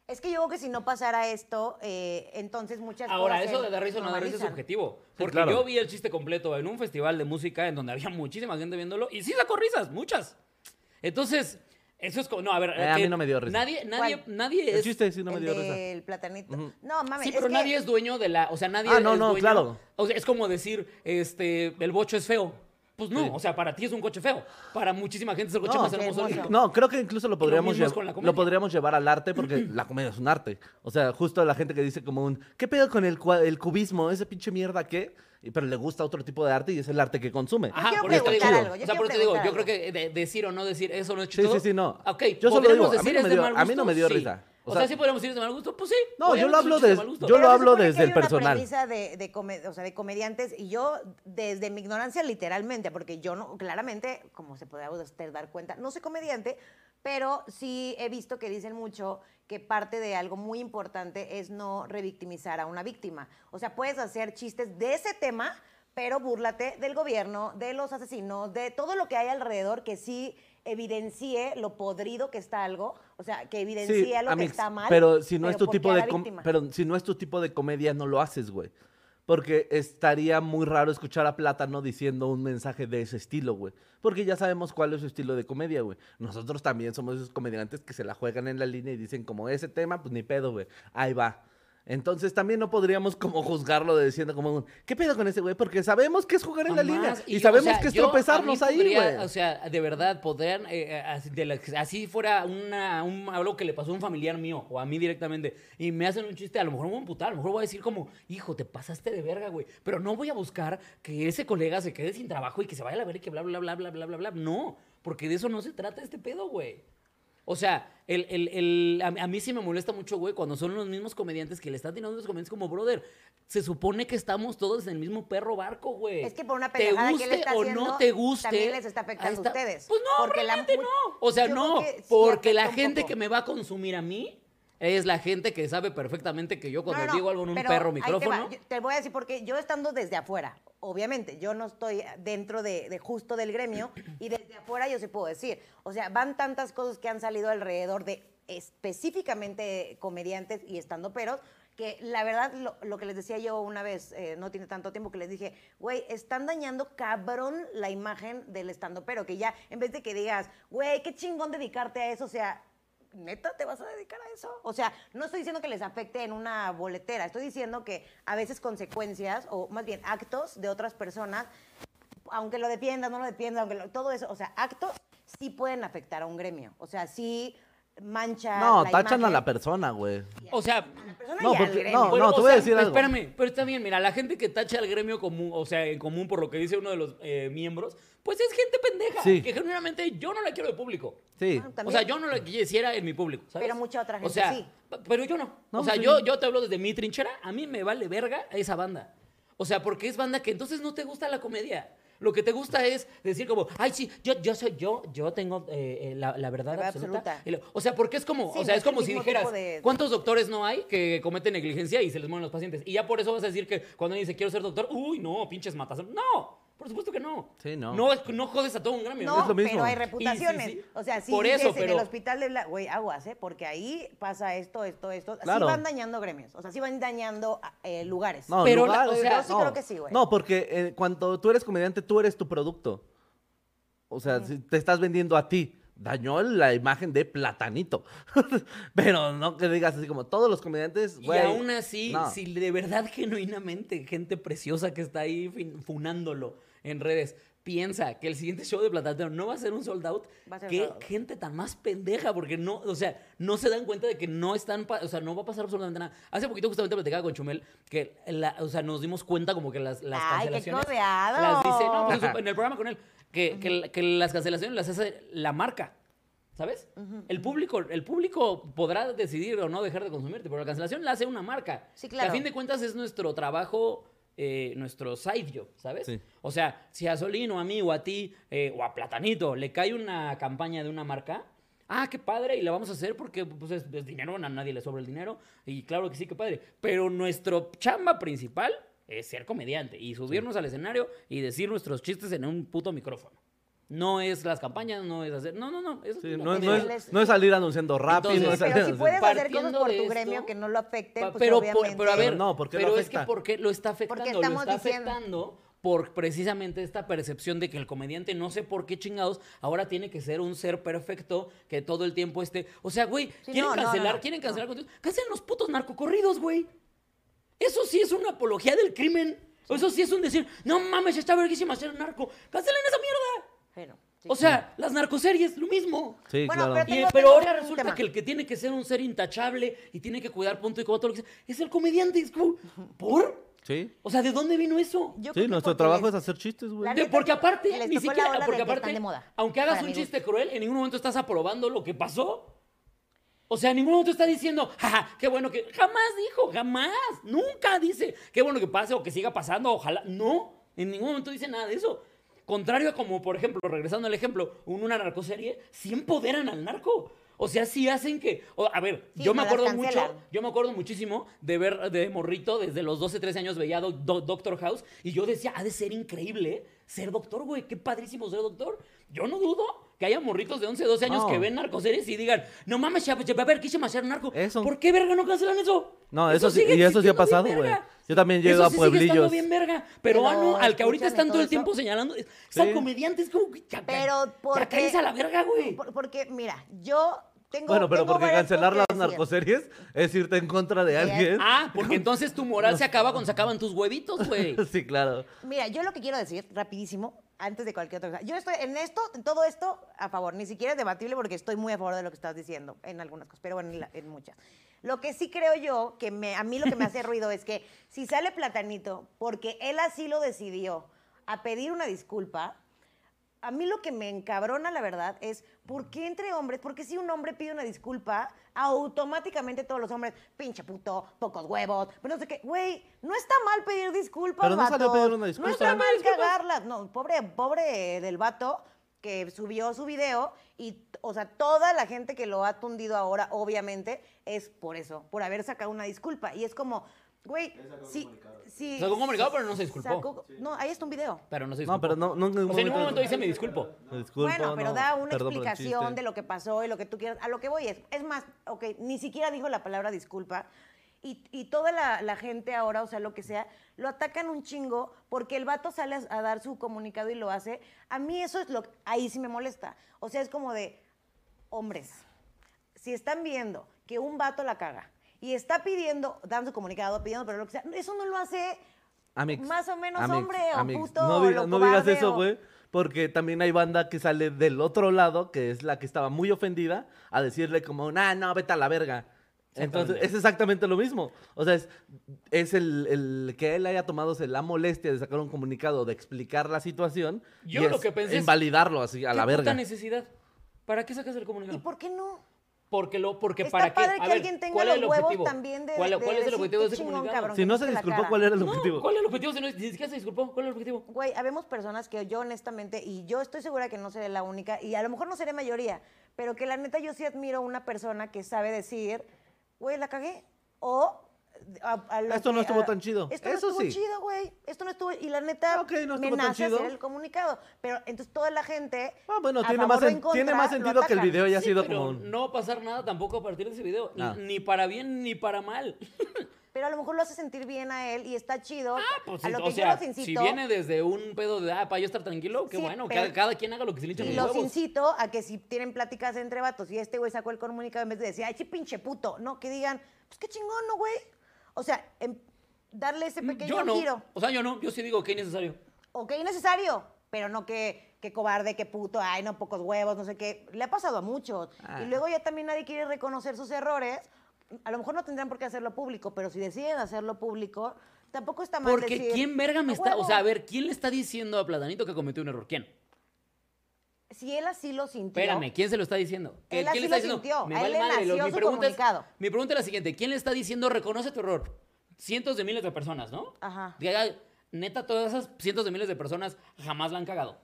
Speaker 3: Es que yo creo que si no pasara esto, eh, entonces muchas
Speaker 1: Ahora,
Speaker 3: cosas.
Speaker 1: eso
Speaker 3: se
Speaker 1: de dar risa o no dar risa es
Speaker 3: normalizan.
Speaker 1: subjetivo.
Speaker 2: Sí,
Speaker 1: Porque
Speaker 2: claro.
Speaker 1: yo vi el chiste completo en un festival de música en donde había muchísima gente viéndolo y sí sacó risas, muchas. Entonces, eso es como. No, a ver.
Speaker 2: Eh, a
Speaker 1: que
Speaker 2: mí no me dio risa.
Speaker 1: Nadie, nadie,
Speaker 3: ¿Cuál?
Speaker 1: nadie
Speaker 2: El
Speaker 1: es.
Speaker 2: chiste sí no me
Speaker 3: el
Speaker 2: dio risa.
Speaker 3: del platanito.
Speaker 2: Ujú.
Speaker 3: No, mames.
Speaker 1: Sí, pero
Speaker 3: es
Speaker 1: nadie
Speaker 3: que-
Speaker 1: es dueño de la. O sea, nadie
Speaker 2: Ah, no,
Speaker 1: es
Speaker 2: no,
Speaker 1: dueño-
Speaker 2: claro.
Speaker 1: O sea, es como decir, este, el bocho es feo. Pues no,
Speaker 2: Sí.
Speaker 1: o sea, para ti es un coche feo. Para muchísima gente es el coche
Speaker 2: No,
Speaker 1: más
Speaker 2: qué
Speaker 1: hermoso. del
Speaker 3: hermoso.
Speaker 1: mundo.
Speaker 2: No, creo que incluso lo podríamos,
Speaker 1: mismo es
Speaker 2: lle-
Speaker 1: con la comedia.
Speaker 2: lo podríamos llevar al arte porque la comedia es un arte. O sea, justo la gente que dice como un, ¿qué pedo con el, cua- el cubismo? ¿Ese pinche mierda qué? Y- Pero le gusta otro tipo de arte y es el arte que consume.
Speaker 3: Ajá, quiero
Speaker 1: por eso te
Speaker 3: preguntar
Speaker 1: digo.
Speaker 3: algo, yo
Speaker 1: o sea, por
Speaker 3: quiero
Speaker 1: eso te digo,
Speaker 3: preguntar
Speaker 1: yo creo
Speaker 3: algo.
Speaker 1: que de- decir o no decir eso no es
Speaker 2: Sí,
Speaker 1: chistoso.
Speaker 2: sí, sí, no.
Speaker 1: Ok,
Speaker 2: Yo solo
Speaker 1: ¿podríamos
Speaker 2: digo, a mí no
Speaker 1: decir
Speaker 2: me
Speaker 1: es de
Speaker 2: dio-
Speaker 1: mal
Speaker 2: a mí no me dio
Speaker 1: gusto? Sí.
Speaker 2: risa.
Speaker 1: O,
Speaker 2: O
Speaker 1: sea,
Speaker 2: sea-
Speaker 1: sí podríamos decir es de mal gusto, pues sí.
Speaker 2: No, yo
Speaker 1: podríamos
Speaker 2: lo
Speaker 1: decir
Speaker 2: hablo
Speaker 1: que es
Speaker 2: des-
Speaker 1: mal gusto.
Speaker 2: yo lo
Speaker 3: se
Speaker 2: hablo
Speaker 3: supone que
Speaker 2: desde
Speaker 3: hay
Speaker 2: el
Speaker 3: una
Speaker 2: personal.
Speaker 3: premisa de, de come- o sea, de comediantes y yo desde mi ignorancia literalmente, porque yo no, claramente, como se podrá usted dar cuenta, no soy comediante, Pero sí he visto que dicen mucho que parte de algo muy importante es no revictimizar a una víctima. O sea, puedes hacer chistes de ese tema, pero búrlate del gobierno, de los asesinos, de todo lo que hay alrededor que sí evidencie lo podrido que está algo, o sea, que evidencie lo que
Speaker 2: amix,
Speaker 3: está mal.
Speaker 2: Pero si no es tu
Speaker 3: ¿por qué
Speaker 2: tipo
Speaker 3: a
Speaker 2: de
Speaker 3: la
Speaker 2: com-
Speaker 3: víctima?
Speaker 2: pero si no es tu tipo de comedia, no lo haces, güey. Porque estaría muy raro escuchar a Plátano diciendo un mensaje de ese estilo, güey. Porque ya sabemos cuál es su estilo de comedia, güey. Nosotros también somos esos comediantes que se la juegan en la línea y dicen como ese tema, pues ni pedo, güey. Ahí va. Entonces también no podríamos como juzgarlo de diciendo como, un, ¿qué pedo con ese güey? Porque sabemos que es jugar en la línea.
Speaker 1: Jamás.
Speaker 2: Y,
Speaker 1: yo,
Speaker 2: sabemos
Speaker 1: o sea,
Speaker 2: que es
Speaker 1: yo, a mí
Speaker 2: tropezarnos ahí,
Speaker 1: podría,
Speaker 2: güey.
Speaker 1: O sea, de verdad, podrían, eh, eh, así, de la- así fuera una, un- algo que le pasó a un familiar mío o a mí directamente, y me hacen un chiste, a lo mejor me voy a emputar, a lo mejor voy a decir como, hijo, te pasaste de verga, güey. Pero no voy a buscar que ese colega se quede sin trabajo y que se vaya a la verga y que bla, bla, bla, bla, bla, bla, bla. No, porque de eso no se trata este pedo, güey. O sea, el, el- el- a, a mí sí me molesta mucho, güey, cuando son los mismos comediantes que le están tirando los comediantes como, brother, se supone que estamos todos en el mismo perro barco, güey.
Speaker 3: Es que por una
Speaker 1: Te
Speaker 3: pendejada que
Speaker 1: guste
Speaker 3: él está
Speaker 1: o
Speaker 3: haciendo,
Speaker 1: no te guste.
Speaker 3: también les está afectando
Speaker 1: ahí
Speaker 3: a ustedes.
Speaker 1: Pues no,
Speaker 3: Porque la
Speaker 1: realmente
Speaker 3: mu-
Speaker 1: no. O sea,
Speaker 3: yo
Speaker 1: no,
Speaker 3: creo que sí
Speaker 1: porque la
Speaker 3: afecta un
Speaker 1: gente
Speaker 3: poco.
Speaker 1: que me va a consumir a mí es la gente que sabe perfectamente que yo
Speaker 3: No,
Speaker 1: cuando
Speaker 3: no,
Speaker 1: digo algo en un
Speaker 3: pero
Speaker 1: perro
Speaker 3: ahí te va.
Speaker 1: micrófono...
Speaker 3: Yo- Te, voy a decir porque yo estando desde afuera, obviamente, yo no estoy dentro de, de justo del gremio y desde afuera yo sí puedo decir. O sea, van tantas cosas que han salido alrededor de específicamente comediantes y estando peros que la verdad lo, lo que les decía yo una vez, eh, no tiene tanto tiempo que les dije, güey, están dañando cabrón la imagen del estando pero, que ya en vez de que digas, güey, qué chingón dedicarte a eso, o sea, ¿Neta te vas a dedicar a eso? O sea, no estoy diciendo que les afecte en una boletera, estoy diciendo que a veces consecuencias, o más bien actos de otras personas, aunque lo defiendan, no lo defiendan, aunque lo- todo eso, o sea, actos sí pueden afectar a un gremio. O sea, sí mancha.
Speaker 2: No,
Speaker 3: la
Speaker 2: tachan a
Speaker 3: imagen
Speaker 2: la persona, güey.
Speaker 1: O sea,
Speaker 3: de la persona
Speaker 2: No,
Speaker 3: y al
Speaker 2: porque-
Speaker 3: gremio.
Speaker 2: no, te voy a decir
Speaker 1: pero
Speaker 2: algo.
Speaker 1: Espérame, pero está bien, mira, la gente que tacha al gremio común, o sea, en común por lo que dice uno de los eh, miembros, pues es gente pendeja,
Speaker 2: Sí.
Speaker 1: que genuinamente yo no la quiero de público.
Speaker 2: Sí.
Speaker 3: Ah,
Speaker 1: O sea,
Speaker 3: También.
Speaker 1: yo no la quisiera en mi público, ¿sabes?
Speaker 3: Pero mucha otra
Speaker 1: O
Speaker 3: gente
Speaker 1: sea,
Speaker 3: sí. pues
Speaker 1: p- pero yo no.
Speaker 2: No,
Speaker 1: o sea,
Speaker 2: sí.
Speaker 1: yo, yo te hablo desde mi trinchera, a mí me vale verga esa banda. O sea, porque es banda que entonces no te gusta la comedia. Lo que te gusta es decir como, ay, sí, yo, yo soy yo, yo tengo eh, eh, la, la verdad
Speaker 3: La verdad
Speaker 1: absoluta.
Speaker 3: absoluta.
Speaker 1: Y lo- O sea, porque es como,
Speaker 3: Sí,
Speaker 1: o
Speaker 3: no
Speaker 1: sea,
Speaker 3: es
Speaker 1: es
Speaker 3: el
Speaker 1: como si
Speaker 3: mismo
Speaker 1: dijeras,
Speaker 3: tipo de-
Speaker 1: ¿Cuántos doctores no hay que cometen negligencia y se les mueren los pacientes? Y ya por eso vas a decir que cuando alguien dice quiero ser doctor, uy, no, pinches matas. No, por supuesto que no.
Speaker 2: Sí, no.
Speaker 1: No, es- no jodes a todo un gremio.
Speaker 3: No,
Speaker 2: es lo mismo.
Speaker 3: pero
Speaker 2: Y
Speaker 3: hay
Speaker 2: sí,
Speaker 3: reputaciones.
Speaker 1: sí.
Speaker 3: O sea, sí,
Speaker 1: Por
Speaker 3: dices,
Speaker 1: eso,
Speaker 3: en el
Speaker 1: pero-
Speaker 3: hospital de la... Güey, aguas, ¿eh? Porque ahí pasa esto, esto, esto. Sí
Speaker 2: Claro.
Speaker 3: van dañando gremios. O sea, sí van dañando eh, lugares.
Speaker 2: No,
Speaker 1: Pero la-
Speaker 2: lugares,
Speaker 1: o sea,
Speaker 2: no.
Speaker 1: yo
Speaker 3: sí creo que sí, güey.
Speaker 2: No, porque eh, cuando tú eres comediante, tú eres tu producto. O sea, si te estás vendiendo a ti. Dañó la imagen de platanito. Pero no que digas así como todos los comediantes.
Speaker 1: Y
Speaker 2: güey,
Speaker 1: aún así,
Speaker 2: no.
Speaker 1: si de verdad, genuinamente, gente preciosa que está ahí fin- funándolo en redes, piensa que el siguiente show de Platatero no va a ser un sold out,
Speaker 3: Va a ser
Speaker 1: qué
Speaker 3: sold out.
Speaker 1: gente tan más pendeja, porque no, o sea, no se dan cuenta de que no están, pa- o sea, no va a pasar absolutamente nada. Hace poquito justamente platicaba con Chumel que, la- o sea, nos dimos cuenta como que las, las
Speaker 3: Ay, qué
Speaker 1: cancelaciones...
Speaker 3: codeado.
Speaker 1: las dice, no, pues, en su- en el programa con él, que, que la- que las cancelaciones las hace la marca. ¿Sabes? El público, el público podrá decidir o no dejar de consumirte, pero la cancelación la hace una marca.
Speaker 3: Sí,
Speaker 1: Que
Speaker 3: claro.
Speaker 1: a fin de cuentas es nuestro trabajo, eh, nuestro side job, ¿sabes?
Speaker 2: Sí.
Speaker 1: O sea, si a Solín o a mí o a ti eh, o a Platanito le cae una campaña de una marca, ah, qué padre, y la vamos a hacer porque pues, es, es dinero, a nadie le sobra el dinero, y claro que sí, qué padre. Pero nuestro chamba principal es ser comediante y subirnos al escenario y decir nuestros chistes en un puto micrófono. No es las campañas, no es hacer... No, no, no. eso
Speaker 2: Sí,
Speaker 1: es la
Speaker 2: no,
Speaker 1: cosa.
Speaker 2: no es, no es salir anunciando rápido.
Speaker 1: pues, Entonces-
Speaker 2: no es
Speaker 1: Sí,
Speaker 2: salir
Speaker 3: Pero si
Speaker 2: anunciando-
Speaker 3: puedes hacer cosas
Speaker 1: Partiendo
Speaker 3: por
Speaker 1: de
Speaker 3: tu
Speaker 1: esto,
Speaker 3: gremio que no lo afecten,
Speaker 1: Pa-
Speaker 3: pues
Speaker 1: pero, por-
Speaker 3: obviamente.
Speaker 1: pero a ver,
Speaker 2: Pero no, ¿por qué lo
Speaker 1: pero es
Speaker 2: afecta?
Speaker 1: que porque lo está afectando,
Speaker 3: Porque
Speaker 1: lo
Speaker 3: estamos
Speaker 1: está
Speaker 3: diciendo-
Speaker 1: afectando por precisamente esta percepción de que el comediante no sé por qué chingados ahora tiene que ser un ser perfecto que todo el tiempo esté, o sea, güey,
Speaker 3: Sí,
Speaker 1: quieren
Speaker 3: no, no,
Speaker 1: cancelar,
Speaker 3: no, no.
Speaker 1: quieren cancelar contenidos, cancelen los putos narcocorridos, güey. Eso sí es una apología del crimen. Eso sí es un decir, no mames, está verguísima ser narco. Cancelen esa mierda.
Speaker 3: Bueno, sí.
Speaker 1: O sea, las narcoseries, lo mismo.
Speaker 2: Sí,
Speaker 3: Bueno,
Speaker 2: claro.
Speaker 1: Y-
Speaker 3: Tengo-
Speaker 1: pero
Speaker 3: tengo
Speaker 1: ahora
Speaker 3: un
Speaker 1: resulta
Speaker 3: tema.
Speaker 1: que el que tiene que ser un ser intachable y tiene que cuidar punto y coma todo lo que sea, es el comediante. Es como, ¿Por?
Speaker 2: Sí,
Speaker 1: O sea, ¿de dónde vino eso?
Speaker 3: Yo creo
Speaker 2: sí
Speaker 3: que
Speaker 2: nuestro
Speaker 3: porque
Speaker 2: trabajo es
Speaker 3: les-
Speaker 2: hacer chistes, güey.
Speaker 3: La
Speaker 1: De-
Speaker 3: neta,
Speaker 1: porque aparte,
Speaker 3: les
Speaker 1: ni
Speaker 3: tocó la
Speaker 1: siquiera,
Speaker 3: ola
Speaker 1: porque
Speaker 3: del que están
Speaker 1: aparte,
Speaker 3: de moda,
Speaker 1: aunque hagas
Speaker 3: para
Speaker 1: un
Speaker 3: mi gusto.
Speaker 1: chiste cruel, en ningún momento estás aprobando lo que pasó. O sea, en ningún momento está diciendo, jaja, qué bueno que. Jamás dijo, jamás. Nunca dice, qué bueno que pase o que siga pasando, ojalá. No, en ningún momento dice nada de eso. Contrario a como, por ejemplo, regresando al ejemplo, en una narcoserie, sí empoderan al narco. O sea, sí hacen que. o- a ver,
Speaker 3: Sí,
Speaker 1: yo me
Speaker 3: no las
Speaker 1: acuerdo mucho.
Speaker 3: cancelan.
Speaker 1: Yo me acuerdo muchísimo de ver de morrito, desde los 12, 13 años veía Do- Do- Doctor House y yo decía, ha de ser increíble eh, ser doctor, güey, qué padrísimo ser doctor. Yo no dudo que haya morritos de 11, 12 años
Speaker 2: No.
Speaker 1: que ven narcoseries y digan, no mames, chavo, chavo, a ver, quise hacer narco.
Speaker 2: Eso.
Speaker 1: ¿Por qué verga no cancelan eso?
Speaker 2: No, eso sí-
Speaker 1: sigue
Speaker 2: y eso sí ha
Speaker 1: existiendo bien
Speaker 2: pasado, güey.
Speaker 1: verga.
Speaker 2: Yo también llego
Speaker 1: Eso
Speaker 2: a
Speaker 1: sí sigue estando
Speaker 2: pueblillos.
Speaker 1: bien verga. Pero,
Speaker 3: Pero
Speaker 1: ah, no, al que ahorita
Speaker 3: escúchame
Speaker 1: están todo el
Speaker 3: todo
Speaker 1: tiempo
Speaker 3: eso.
Speaker 1: señalando, es al
Speaker 2: Sí.
Speaker 1: comediante, es como que ya,
Speaker 3: Pero
Speaker 1: ya
Speaker 3: porque-
Speaker 1: cállense a la verga, güey.
Speaker 3: Por- Porque, mira, yo tengo.
Speaker 2: Bueno, pero
Speaker 3: tengo
Speaker 2: porque
Speaker 3: varias
Speaker 2: cancelar
Speaker 3: cosas
Speaker 2: las
Speaker 3: que decir.
Speaker 2: narcoseries es irte en contra de
Speaker 3: Sí, es.
Speaker 2: alguien.
Speaker 1: Ah, porque entonces tu moral se acaba cuando se acaban tus huevitos, güey.
Speaker 2: Sí, claro.
Speaker 3: Mira, yo lo que quiero decir, rapidísimo, antes de cualquier otra cosa. Yo estoy en esto, en todo esto, a favor. Ni siquiera es debatible porque estoy muy a favor de lo que estás diciendo en algunas cosas, pero bueno, en, la- en muchas. Lo que sí creo yo, que me- a mí lo que me hace ruido es que si sale Platanito, porque él así lo decidió, a pedir una disculpa, a mí lo que me encabrona, la verdad, es por qué entre hombres, porque si un hombre pide una disculpa, automáticamente todos los hombres, pinche puto, pocos huevos, pero no sé qué, güey, no está mal pedir disculpas,
Speaker 2: Pero no salió a
Speaker 3: vatos.
Speaker 2: pedir una
Speaker 3: No
Speaker 2: disculpa.
Speaker 3: está mal
Speaker 2: Disculpas.
Speaker 3: cagarlas. No, pobre, pobre del vato que subió su video y, o sea, toda la gente que lo ha tundido ahora, obviamente, es por eso, por haber sacado una disculpa. Y es como, güey, sí, sí.
Speaker 1: Sacó un comunicado, pero no se disculpó.
Speaker 3: sacó- no, ahí está un video.
Speaker 1: Pero no se
Speaker 2: No,
Speaker 1: disculpó.
Speaker 2: pero no, no en ningún
Speaker 1: O sea, en ningún
Speaker 2: momento.
Speaker 1: momento dice me disculpo.
Speaker 2: Me disculpo,
Speaker 3: bueno, pero
Speaker 2: no,
Speaker 3: da una
Speaker 2: perdón por el
Speaker 3: explicación
Speaker 2: chiste.
Speaker 3: de lo que pasó y lo que tú quieras. A lo que voy es, es más, ok, ni siquiera dijo la palabra disculpa. Y, y toda la, la gente ahora, o sea, lo que sea, lo atacan un chingo porque el vato sale a, a dar su comunicado y lo hace. A mí eso es lo que, ahí sí me molesta. O sea, es como de, hombres, si están viendo que un vato la caga y está pidiendo, dando su comunicado, pidiendo, pero lo que sea, eso no lo hace
Speaker 2: Amix,
Speaker 3: más o menos
Speaker 2: amix,
Speaker 3: hombre
Speaker 2: amix.
Speaker 3: o puto
Speaker 2: No,
Speaker 3: o
Speaker 2: diga-
Speaker 3: lo
Speaker 2: no digas
Speaker 3: cobarde
Speaker 2: eso,
Speaker 3: o-
Speaker 2: güey. Porque también hay banda que sale del otro lado, que es la que estaba muy ofendida, a decirle como, nah, no, vete a la verga. Entonces,
Speaker 1: Exactamente.
Speaker 2: es exactamente lo mismo. O sea, es, es el, el que él haya tomado se la molestia de sacar un comunicado, de explicar la situación.
Speaker 1: Yo
Speaker 2: y
Speaker 1: lo
Speaker 2: es
Speaker 1: que pensé es,
Speaker 2: Invalidarlo así, a la
Speaker 1: ¿Qué puta
Speaker 2: verga.
Speaker 1: necesidad? ¿Para qué sacas el
Speaker 3: ¿Y
Speaker 1: comunicado?
Speaker 3: por qué no?
Speaker 1: Porque lo, porque
Speaker 3: Está
Speaker 1: para
Speaker 3: padre
Speaker 1: qué.
Speaker 3: que
Speaker 1: A ver,
Speaker 3: alguien tenga
Speaker 1: ¿cuál es
Speaker 3: los
Speaker 1: el
Speaker 3: huevos
Speaker 1: objetivo?
Speaker 3: también de-
Speaker 1: ¿Cuál,
Speaker 3: de
Speaker 1: cuál es el
Speaker 3: decir,
Speaker 1: objetivo de
Speaker 3: qué
Speaker 1: ese
Speaker 3: chingón,
Speaker 1: comunicado?
Speaker 3: cabrón.
Speaker 2: Si no se
Speaker 3: Aunque no esté la
Speaker 2: disculpó,
Speaker 3: cara.
Speaker 2: ¿cuál era el
Speaker 1: No,
Speaker 2: objetivo?
Speaker 1: ¿Cuál es el objetivo? Si no, ni siquiera se disculpó. ¿Cuál es el objetivo?
Speaker 3: Güey, habemos personas que yo honestamente, y yo estoy segura que no seré la única, y a lo mejor no seré mayoría, pero que la neta yo sí admiro a una persona que sabe decir, güey, la cagué, o... a- a lo
Speaker 2: Esto no
Speaker 3: que-
Speaker 2: estuvo
Speaker 3: a-
Speaker 2: tan chido.
Speaker 3: Esto
Speaker 2: Eso
Speaker 3: no estuvo
Speaker 2: sí.
Speaker 3: chido, güey. Esto no estuvo... Y la neta
Speaker 2: Ok, no
Speaker 3: me
Speaker 2: estuvo tan
Speaker 3: nace hacer
Speaker 2: chido.
Speaker 3: el comunicado. Pero entonces toda la gente...
Speaker 2: Ah, bueno,
Speaker 3: a
Speaker 2: tiene
Speaker 3: favor
Speaker 2: más,
Speaker 3: o en
Speaker 2: sen- tiene
Speaker 3: contra,
Speaker 2: más
Speaker 3: lo
Speaker 2: sentido que el
Speaker 3: atacan.
Speaker 2: video haya
Speaker 1: Sí,
Speaker 2: sido
Speaker 1: pero
Speaker 2: como un... Ah.
Speaker 1: No va a pasar nada tampoco a partir de ese video.
Speaker 2: Nada.
Speaker 1: Ni para bien ni para mal.
Speaker 3: Pero a lo mejor lo hace sentir bien a él y está chido.
Speaker 1: Pues,
Speaker 3: a lo
Speaker 1: o
Speaker 3: que
Speaker 1: sea,
Speaker 3: yo los incito...
Speaker 1: si viene desde un pedo de, ah, para yo estar tranquilo, qué
Speaker 3: Sí,
Speaker 1: bueno.
Speaker 3: pero-
Speaker 1: Cada, cada quien haga lo que se le hinche
Speaker 3: Y
Speaker 1: los
Speaker 3: los
Speaker 1: huevos.
Speaker 3: incito a que si tienen pláticas entre vatos y este güey sacó el comunicado en vez de decir, ay, qué pinche puto, no, que digan, pues qué chingón, ¿no, güey? O sea, em- darle ese pequeño
Speaker 1: Mm, yo no.
Speaker 3: giro.
Speaker 1: O sea, yo no. Yo sí digo que es necesario.
Speaker 3: O que innecesario, pero no que, que cobarde, que puto, ay, no, pocos huevos, no sé qué. Le ha pasado a muchos.
Speaker 2: Ah.
Speaker 3: Y luego ya también nadie quiere reconocer sus errores. A lo mejor no tendrán por qué hacerlo público, pero si deciden hacerlo público, tampoco está mal
Speaker 1: Porque
Speaker 3: decir,
Speaker 1: quién verga me
Speaker 3: "A
Speaker 1: está. O
Speaker 3: huevo".
Speaker 1: sea, a ver, ¿quién le está diciendo a Platanito que cometió un error? ¿Quién?
Speaker 3: Si él así lo sintió.
Speaker 1: Espérame, ¿quién se lo está diciendo?
Speaker 3: Él
Speaker 1: ¿Quién
Speaker 3: así lo sintió, a él le
Speaker 1: lo-
Speaker 3: nació
Speaker 1: mi,
Speaker 3: su
Speaker 1: pregunta es,
Speaker 3: comunicado.
Speaker 1: mi pregunta es la siguiente: ¿quién le está diciendo reconoce tu error? Cientos de miles de personas, ¿no?
Speaker 3: Ajá.
Speaker 1: Diga, neta, todas esas cientos de miles de personas jamás la han cagado.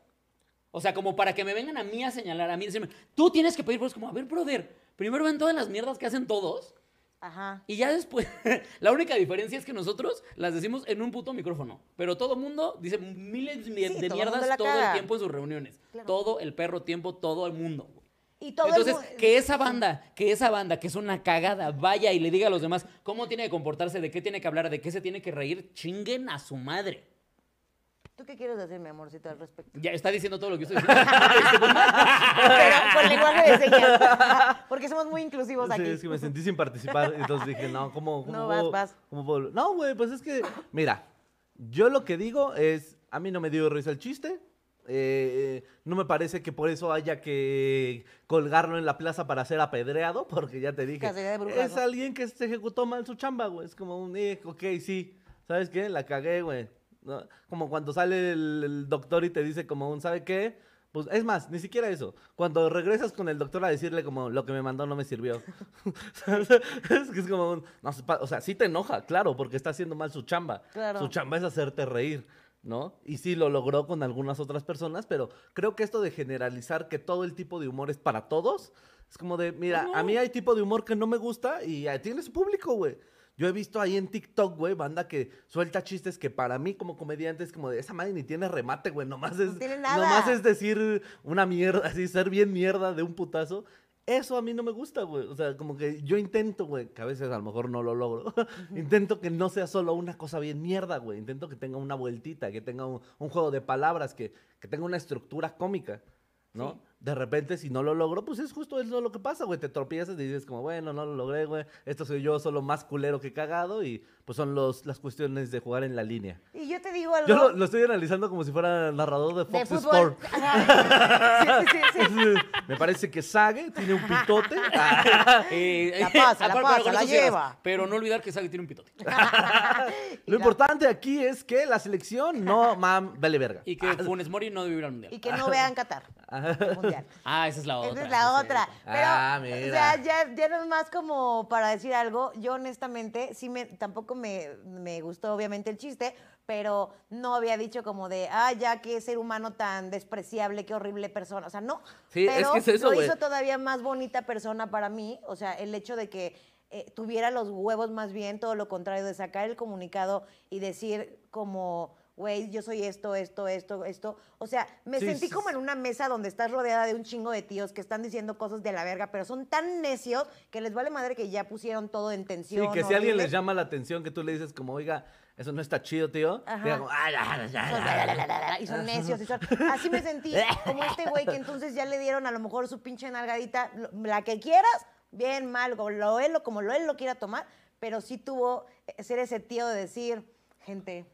Speaker 1: O sea, como para que me vengan a mí a señalar, a mí decirme, tú tienes que pedir, pues como, a ver, brother, primero ven todas las mierdas que hacen todos
Speaker 3: Ajá.
Speaker 1: y ya después, la única diferencia es que nosotros las decimos en un puto micrófono, pero todo mundo dice miles de,
Speaker 3: Sí,
Speaker 1: de
Speaker 3: todo mundo
Speaker 1: mierdas
Speaker 3: la
Speaker 1: todo el
Speaker 3: caga.
Speaker 1: tiempo en sus reuniones.
Speaker 3: Claro.
Speaker 1: Todo el perro tiempo, todo el mundo. güey.
Speaker 3: Y todo el
Speaker 1: Entonces,
Speaker 3: mu-
Speaker 1: que esa banda, que esa banda, que es una cagada, vaya y le diga a los demás cómo tiene que comportarse, de qué tiene que hablar, de qué se tiene que reír, chinguen a su madre.
Speaker 3: ¿Tú qué quieres decir, mi amorcito, al respecto?
Speaker 1: Ya está diciendo todo lo que yo estoy diciendo.
Speaker 3: Pero con lenguaje de señas. Porque somos muy inclusivos
Speaker 2: Sí,
Speaker 3: aquí.
Speaker 2: es que me sentí sin participar, entonces dije, no, ¿cómo, cómo
Speaker 3: No, vas,
Speaker 2: puedo-
Speaker 3: vas.
Speaker 2: cómo puedo? No, güey, pues es que, mira, yo lo que digo es, a mí no me dio risa el chiste, eh, no me parece que por eso haya que colgarlo en la plaza para ser apedreado, porque ya te dije,
Speaker 3: Cacería de brujas,
Speaker 2: es
Speaker 3: ¿no?
Speaker 2: alguien que se ejecutó mal su chamba, güey, es como un, eh, ok, sí, ¿sabes qué? La cagué, güey. No, Como cuando sale el, el doctor y te dice como un, ¿sabe qué? Pues es más, ni siquiera eso. Cuando regresas con el doctor a decirle como lo que me mandó no me sirvió. es que es como un, no, se pa- o sea, sí te enoja, claro, porque está haciendo mal su chamba.
Speaker 3: Claro.
Speaker 2: Su chamba es hacerte reír. ¿no? Y sí lo logró con algunas otras personas, pero creo que esto de generalizar que todo el tipo de humor es para todos, es como de, mira, a mí hay tipo de humor que no me gusta y ahí tiene su público, güey. Yo he visto ahí en TikTok, güey, banda que suelta chistes que para mí como comediante es como de esa madre ni tiene remate, güey, nomás es
Speaker 3: tiene nada.
Speaker 2: nomás es decir una mierda, así ser bien mierda de un putazo. Eso a mí no me gusta, güey. O sea, como que yo intento, güey, que a veces a lo mejor no lo logro. intento que no sea solo una cosa bien mierda, güey. Intento que tenga una vueltita, que tenga un, un juego de palabras, que, que tenga una estructura cómica, ¿no? De repente, si no lo logro, pues es justo eso lo que pasa, güey. Te tropiezas y dices como, bueno, no lo logré, güey. Esto soy yo solo más culero que cagado y pues son los, las cuestiones de jugar en la línea.
Speaker 3: Y yo te digo algo.
Speaker 2: Yo lo, lo estoy analizando como si fuera narrador de
Speaker 3: de
Speaker 2: Fox Sports.
Speaker 3: fútbol. Ajá. Sí, sí, sí.
Speaker 2: Me parece que Sage tiene un pitote.
Speaker 1: Eh,
Speaker 3: La pasa, la
Speaker 1: aparte,
Speaker 3: pasa,
Speaker 1: con
Speaker 3: la
Speaker 1: eso cierras.
Speaker 3: lleva.
Speaker 1: Pero no olvidar que Sagi tiene un pitote.
Speaker 2: Lo importante aquí es que la selección no, mam, vale verga.
Speaker 1: Y que Funes Mori no debe ir al mundial.
Speaker 3: Y que no vean Qatar. el mundial.
Speaker 1: Ah, esa es la otra.
Speaker 3: Esa es
Speaker 1: sí,
Speaker 3: la
Speaker 1: sí.
Speaker 3: otra. Pero,
Speaker 2: Ah,
Speaker 3: o
Speaker 2: mira.
Speaker 3: sea, ya, ya no es más como para decir algo. Yo, honestamente, sí me, tampoco me, me gustó, obviamente, el chiste, pero no había dicho como de, ah, ya qué ser humano tan despreciable, qué horrible persona. O sea, no.
Speaker 2: Sí, es
Speaker 3: pero
Speaker 2: que es eso,
Speaker 3: lo
Speaker 2: güey.
Speaker 3: hizo todavía más bonita persona para mí. O sea, el hecho de que eh, tuviera los huevos más bien, todo lo contrario, de sacar el comunicado y decir como. Güey, yo soy esto, esto, esto, esto. O sea, me
Speaker 2: Sí,
Speaker 3: sentí
Speaker 2: sí,
Speaker 3: como
Speaker 2: sí.
Speaker 3: en una mesa donde estás rodeada de un chingo de tíos que están diciendo cosas de la verga, pero son tan necios que les vale madre que ya pusieron todo en
Speaker 2: Sí,
Speaker 3: tensión.
Speaker 2: que si alguien
Speaker 3: horrible.
Speaker 2: les llama la atención, que tú le dices como, oiga, eso no está chido, tío.
Speaker 3: Ajá.
Speaker 2: diga como, "Ah, la, la, la, la,
Speaker 3: Son la,
Speaker 2: la,
Speaker 3: la, la, la, la, Y son necios. y son- Así me sentí como este güey que entonces ya le dieron a lo mejor su pinche nalgadita, lo- la que quieras, bien mal, como lo él, lo- como lo él lo quiera tomar, pero sí tuvo eh, ser ese tío de decir, gente,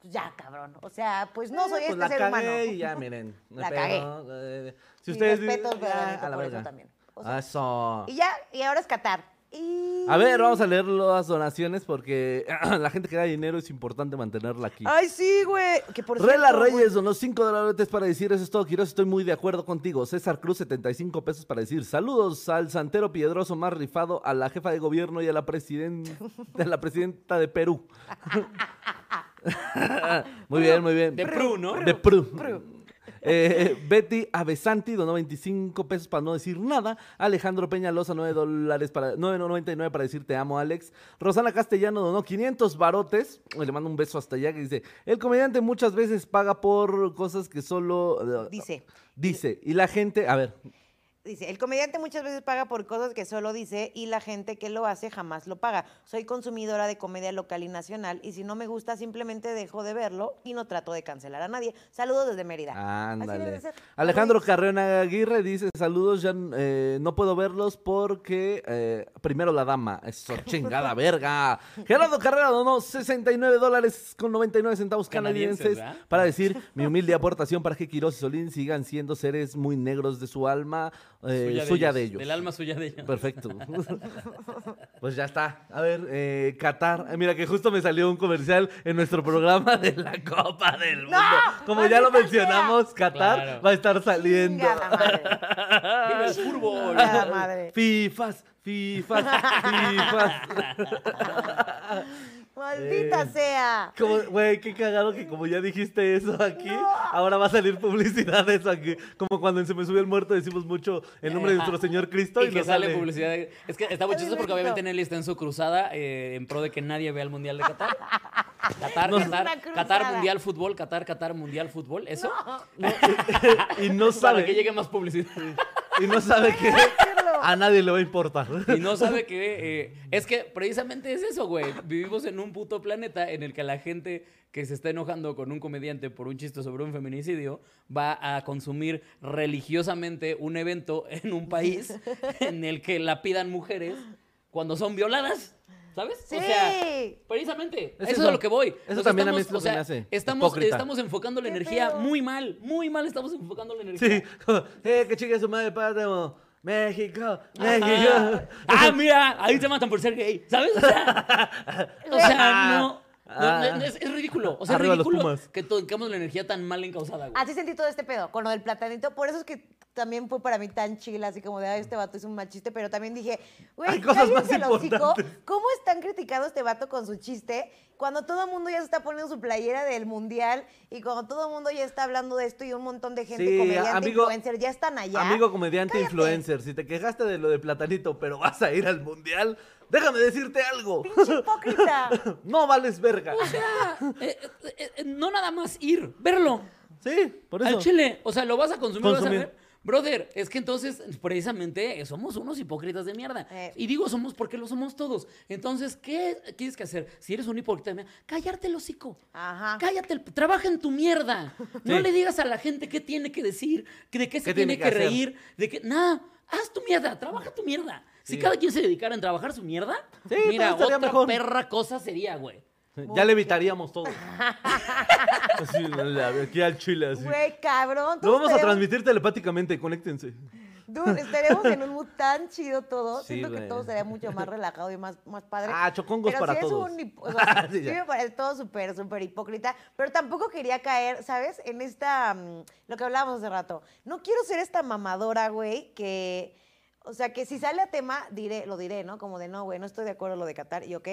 Speaker 3: pues ya, cabrón. O sea, pues no soy
Speaker 2: Pues
Speaker 3: este
Speaker 2: la
Speaker 3: ser
Speaker 2: cagué
Speaker 3: humano.
Speaker 2: y ya, miren. no
Speaker 3: La
Speaker 2: hay pedo,
Speaker 3: cagué.
Speaker 2: no, eh, Si
Speaker 3: Y
Speaker 2: ustedes
Speaker 3: respeto,
Speaker 2: dicen, "Ah,
Speaker 3: verdaderamente,
Speaker 2: a la
Speaker 3: por eso
Speaker 2: verga".
Speaker 3: también. O sea,
Speaker 2: eso.
Speaker 3: Y ya, y ahora es Qatar. Y...
Speaker 2: A ver, vamos a leer las donaciones porque la gente que da dinero es importante mantenerla aquí.
Speaker 3: Ay, sí, güey. Que por
Speaker 2: Rela
Speaker 3: cierto, güey,
Speaker 2: Reyes donó 5 dólares para decir eso es todo, Quiroz, estoy muy de acuerdo contigo. César Cruz, 75 pesos para decir saludos al santero piedroso más rifado, a la jefa de gobierno y a la, presidenta a la presidenta de Perú. muy bien, muy bien.
Speaker 1: De Pru, ¿no?
Speaker 2: De Perú. Eh, Betty Avesanti donó 25 pesos para no decir nada. Alejandro Peñalosa, 9 dólares para 9.99 para decir te amo, Alex. Rosana Castellano donó 500 barotes. Le mando un beso hasta allá que dice: El comediante muchas veces paga por cosas que solo. eh,
Speaker 3: Dice,
Speaker 2: Dice. Y la gente. A ver.
Speaker 3: dice, el comediante muchas veces paga por cosas que solo dice y la gente que lo hace jamás lo paga. Soy consumidora de comedia local y nacional y si no me gusta simplemente dejo de verlo y no trato de cancelar a nadie. Saludos desde Mérida. Así debe
Speaker 2: Ándale.
Speaker 3: de ser.
Speaker 2: Alejandro
Speaker 3: Ay,
Speaker 2: Carreón Aguirre dice: Saludos, ya eh, no puedo verlos porque eh, primero la dama. Eso, chingada verga. Gerardo Carrera donó 69 dólares con 99 centavos canadienses
Speaker 1: Canadienses, ¿verdad? Ah.
Speaker 2: para decir mi humilde aportación para que Quiroz y Solín sigan siendo seres muy negros de su alma, eh, suya, de ellos.
Speaker 1: Del alma suya de ellos.
Speaker 2: Perfecto. pues ya está. A ver, eh, Qatar. Eh, mira que justo me salió un comercial en nuestro programa de la Copa del Mundo. Como ya lo
Speaker 3: maldita
Speaker 2: mencionamos, Qatar
Speaker 1: Claro.
Speaker 2: va a estar saliendo.
Speaker 3: Chinga la madre. Ah.
Speaker 1: Vive el fútbol.
Speaker 3: Chinga la madre.
Speaker 2: Fifas, fifas, fifas.
Speaker 3: Maldita
Speaker 2: Eh.
Speaker 3: sea.
Speaker 2: Como, güey, qué cagado que como ya dijiste eso aquí, ahora va a salir publicidad de eso aquí. Como cuando en Se me subió el muerto decimos mucho el nombre de nuestro Señor Cristo y,
Speaker 1: Y que
Speaker 2: nos
Speaker 1: sale
Speaker 2: sale.
Speaker 1: publicidad. de- Es que está muy chistoso porque
Speaker 3: Exacto.
Speaker 1: obviamente Nelly está en su cruzada eh, en pro de que nadie vea el Mundial de Qatar. Qatar,
Speaker 3: No. Es una
Speaker 1: Qatar,
Speaker 3: cruzada.
Speaker 1: Qatar Mundial Fútbol, Qatar, Qatar Mundial Fútbol, eso.
Speaker 2: y no
Speaker 1: Para
Speaker 2: sabe.
Speaker 1: que llegue más publicidad.
Speaker 2: Y no sabe que a nadie le va a importar.
Speaker 1: Y no sabe que... eh, es que precisamente es eso, güey. Vivimos en un puto planeta en el que la gente que se está enojando con un comediante por un chiste sobre un feminicidio va a consumir religiosamente un evento en un país en el que la pidan mujeres cuando son violadas. ¿Sabes?
Speaker 3: Sí.
Speaker 1: O sea, precisamente.
Speaker 2: Es
Speaker 1: eso
Speaker 2: eso.
Speaker 1: es a lo que voy.
Speaker 2: Eso también a mí es lo que me hace
Speaker 1: Estamos,
Speaker 2: hipócrita.
Speaker 1: estamos enfocando la
Speaker 3: Qué
Speaker 1: energía
Speaker 3: feo.
Speaker 1: muy mal. Muy mal estamos enfocando la energía.
Speaker 2: Sí, eh, que chingue su madre, padre. mo. México,
Speaker 1: Ajá.
Speaker 2: Eh, México.
Speaker 1: Ah, mira, ahí te matan por ser gay, ¿sabes? O sea, o sea, no. no, no, no, es, es ridículo. O sea, es
Speaker 2: Ah. Arriba los
Speaker 1: ridículo
Speaker 2: Pumas.
Speaker 3: Ah,
Speaker 1: que tengamos la energía tan mal encausada, güey.
Speaker 3: Así sentí todo este pedo con lo del platanito. Por eso es que también fue para mí tan chila, así como de, ay, este vato es un machiste, pero también dije, güey,
Speaker 2: Hay cosas más
Speaker 3: cállense el hocico,
Speaker 2: importantes.
Speaker 3: ¿cómo están criticando a este vato con su chiste cuando todo el mundo ya se está poniendo su playera del mundial y cuando todo el mundo ya está hablando de esto y un montón de gente,
Speaker 2: Sí,
Speaker 3: comediante,
Speaker 2: amigo-
Speaker 3: influencer, ya están allá?
Speaker 2: Amigo comediante
Speaker 3: Cállate.
Speaker 2: influencer, si te quejaste de lo de Platanito, pero vas a ir al mundial, déjame decirte algo.
Speaker 3: ¡Pinche hipócrita!
Speaker 2: No vales verga.
Speaker 1: O sea, eh, eh, eh, no nada más ir, verlo.
Speaker 2: Sí, por eso.
Speaker 1: Al chile. O sea, lo vas a consumir, lo
Speaker 2: Consumir.
Speaker 1: vas a ver. Brother, es que entonces, precisamente, eh, somos unos hipócritas de mierda.
Speaker 3: Eh.
Speaker 1: Y digo somos porque lo somos todos. Entonces, ¿qué tienes que hacer? Si eres un hipócrita de mierda, cállate el hocico.
Speaker 3: Ajá.
Speaker 1: Cállate, el- trabaja en tu mierda. No
Speaker 2: Sí.
Speaker 1: le digas a la gente qué tiene que decir, que de qué se
Speaker 2: ¿Qué tiene
Speaker 1: tiene, que,
Speaker 2: que hacer?
Speaker 1: reír, de qué. Nada, haz tu mierda, trabaja tu mierda. Si
Speaker 2: Sí.
Speaker 1: cada quien se dedicara a trabajar su mierda,
Speaker 2: Sí,
Speaker 1: mira,
Speaker 2: todo estaría
Speaker 1: otra
Speaker 2: mejor.
Speaker 1: perra cosa sería, güey.
Speaker 2: Ya le evitaríamos todo. Así, la- la- aquí al chile, así.
Speaker 3: Güey, cabrón.
Speaker 2: Lo
Speaker 3: todos
Speaker 2: vamos a
Speaker 3: estaríamos-
Speaker 2: transmitir telepáticamente, conéctense.
Speaker 3: Dude, estaremos en un mood tan chido todo.
Speaker 2: Sí,
Speaker 3: Siento que
Speaker 2: güey.
Speaker 3: todo sería mucho más relajado y más, más padre.
Speaker 2: Ah, chocongos
Speaker 3: Pero
Speaker 2: para
Speaker 3: sí es
Speaker 2: todos.
Speaker 3: un hip- o sea,
Speaker 2: Sí,
Speaker 3: sí
Speaker 2: ya.
Speaker 3: me parece todo súper, súper hipócrita. Pero tampoco quería caer, ¿sabes? En esta. mm, lo que hablábamos hace rato. No quiero ser esta mamadora, güey, que. O sea, que si sale a tema, diré, lo diré, ¿no? Como de, no, güey, no estoy de acuerdo lo de Qatar y ok.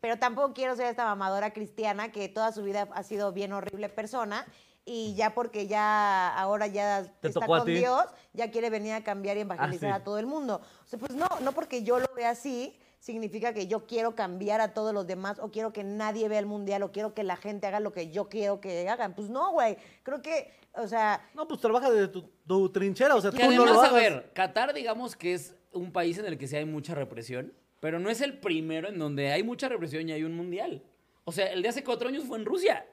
Speaker 3: Pero tampoco quiero ser esta mamadora cristiana que toda su vida ha sido bien horrible persona y ya porque ya ahora ya
Speaker 2: Te
Speaker 3: está
Speaker 2: tocó a
Speaker 3: con
Speaker 2: ti.
Speaker 3: Dios, ya quiere venir a cambiar y evangelizar
Speaker 2: Ah, sí.
Speaker 3: a todo el mundo. O sea, pues no, no porque yo lo vea así, significa que yo quiero cambiar a todos los demás o quiero que nadie vea el mundial o quiero que la gente haga lo que yo quiero que hagan. Pues no, güey. Creo que, o sea,
Speaker 2: No, pues trabaja desde tu, tu trinchera, o sea,
Speaker 1: Que
Speaker 2: tú no
Speaker 1: además,
Speaker 2: lo
Speaker 1: a
Speaker 2: hagas.
Speaker 1: ver, Qatar, digamos que es un país en el que sí hay mucha represión, pero no es el primero en donde hay mucha represión y hay un mundial. O sea, el de hace cuatro años fue en Rusia,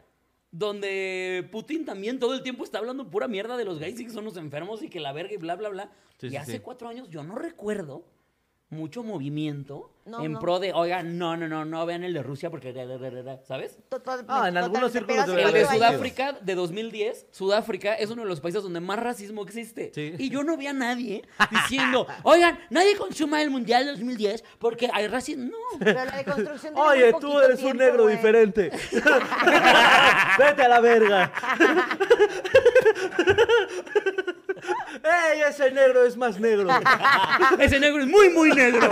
Speaker 1: donde Putin también todo el tiempo está hablando pura mierda de los gays y que son los enfermos y que la verga y bla, bla, bla.
Speaker 2: Sí,
Speaker 1: y
Speaker 2: sí,
Speaker 1: hace
Speaker 2: sí.
Speaker 1: cuatro años yo no recuerdo mucho movimiento
Speaker 3: No,
Speaker 1: en
Speaker 3: no.
Speaker 1: pro de, oiga, no, no, no, no vean el de Rusia porque, ra, ra, ra, ra", ¿sabes?
Speaker 3: total-
Speaker 2: Ah, en algunos
Speaker 3: totalmente,
Speaker 2: círculos
Speaker 3: pero
Speaker 2: de
Speaker 3: hace
Speaker 2: verdad
Speaker 1: El
Speaker 3: cuatro
Speaker 1: de
Speaker 2: Pero
Speaker 3: años-
Speaker 1: Sudáfrica de 2010, Sudáfrica es uno de los países donde más racismo existe.
Speaker 2: Sí.
Speaker 1: Y yo no vi a nadie diciendo, oigan, nadie consuma el Mundial 2010 porque hay racismo. No.
Speaker 3: Pero la deconstrucción tiene muy
Speaker 2: Oye, tú
Speaker 3: poquito
Speaker 2: eres un
Speaker 3: tiempo,
Speaker 2: negro
Speaker 3: güey.
Speaker 2: diferente. Vete a la verga. ¡Ey, ese negro es más negro!
Speaker 1: Ese negro es muy, muy negro.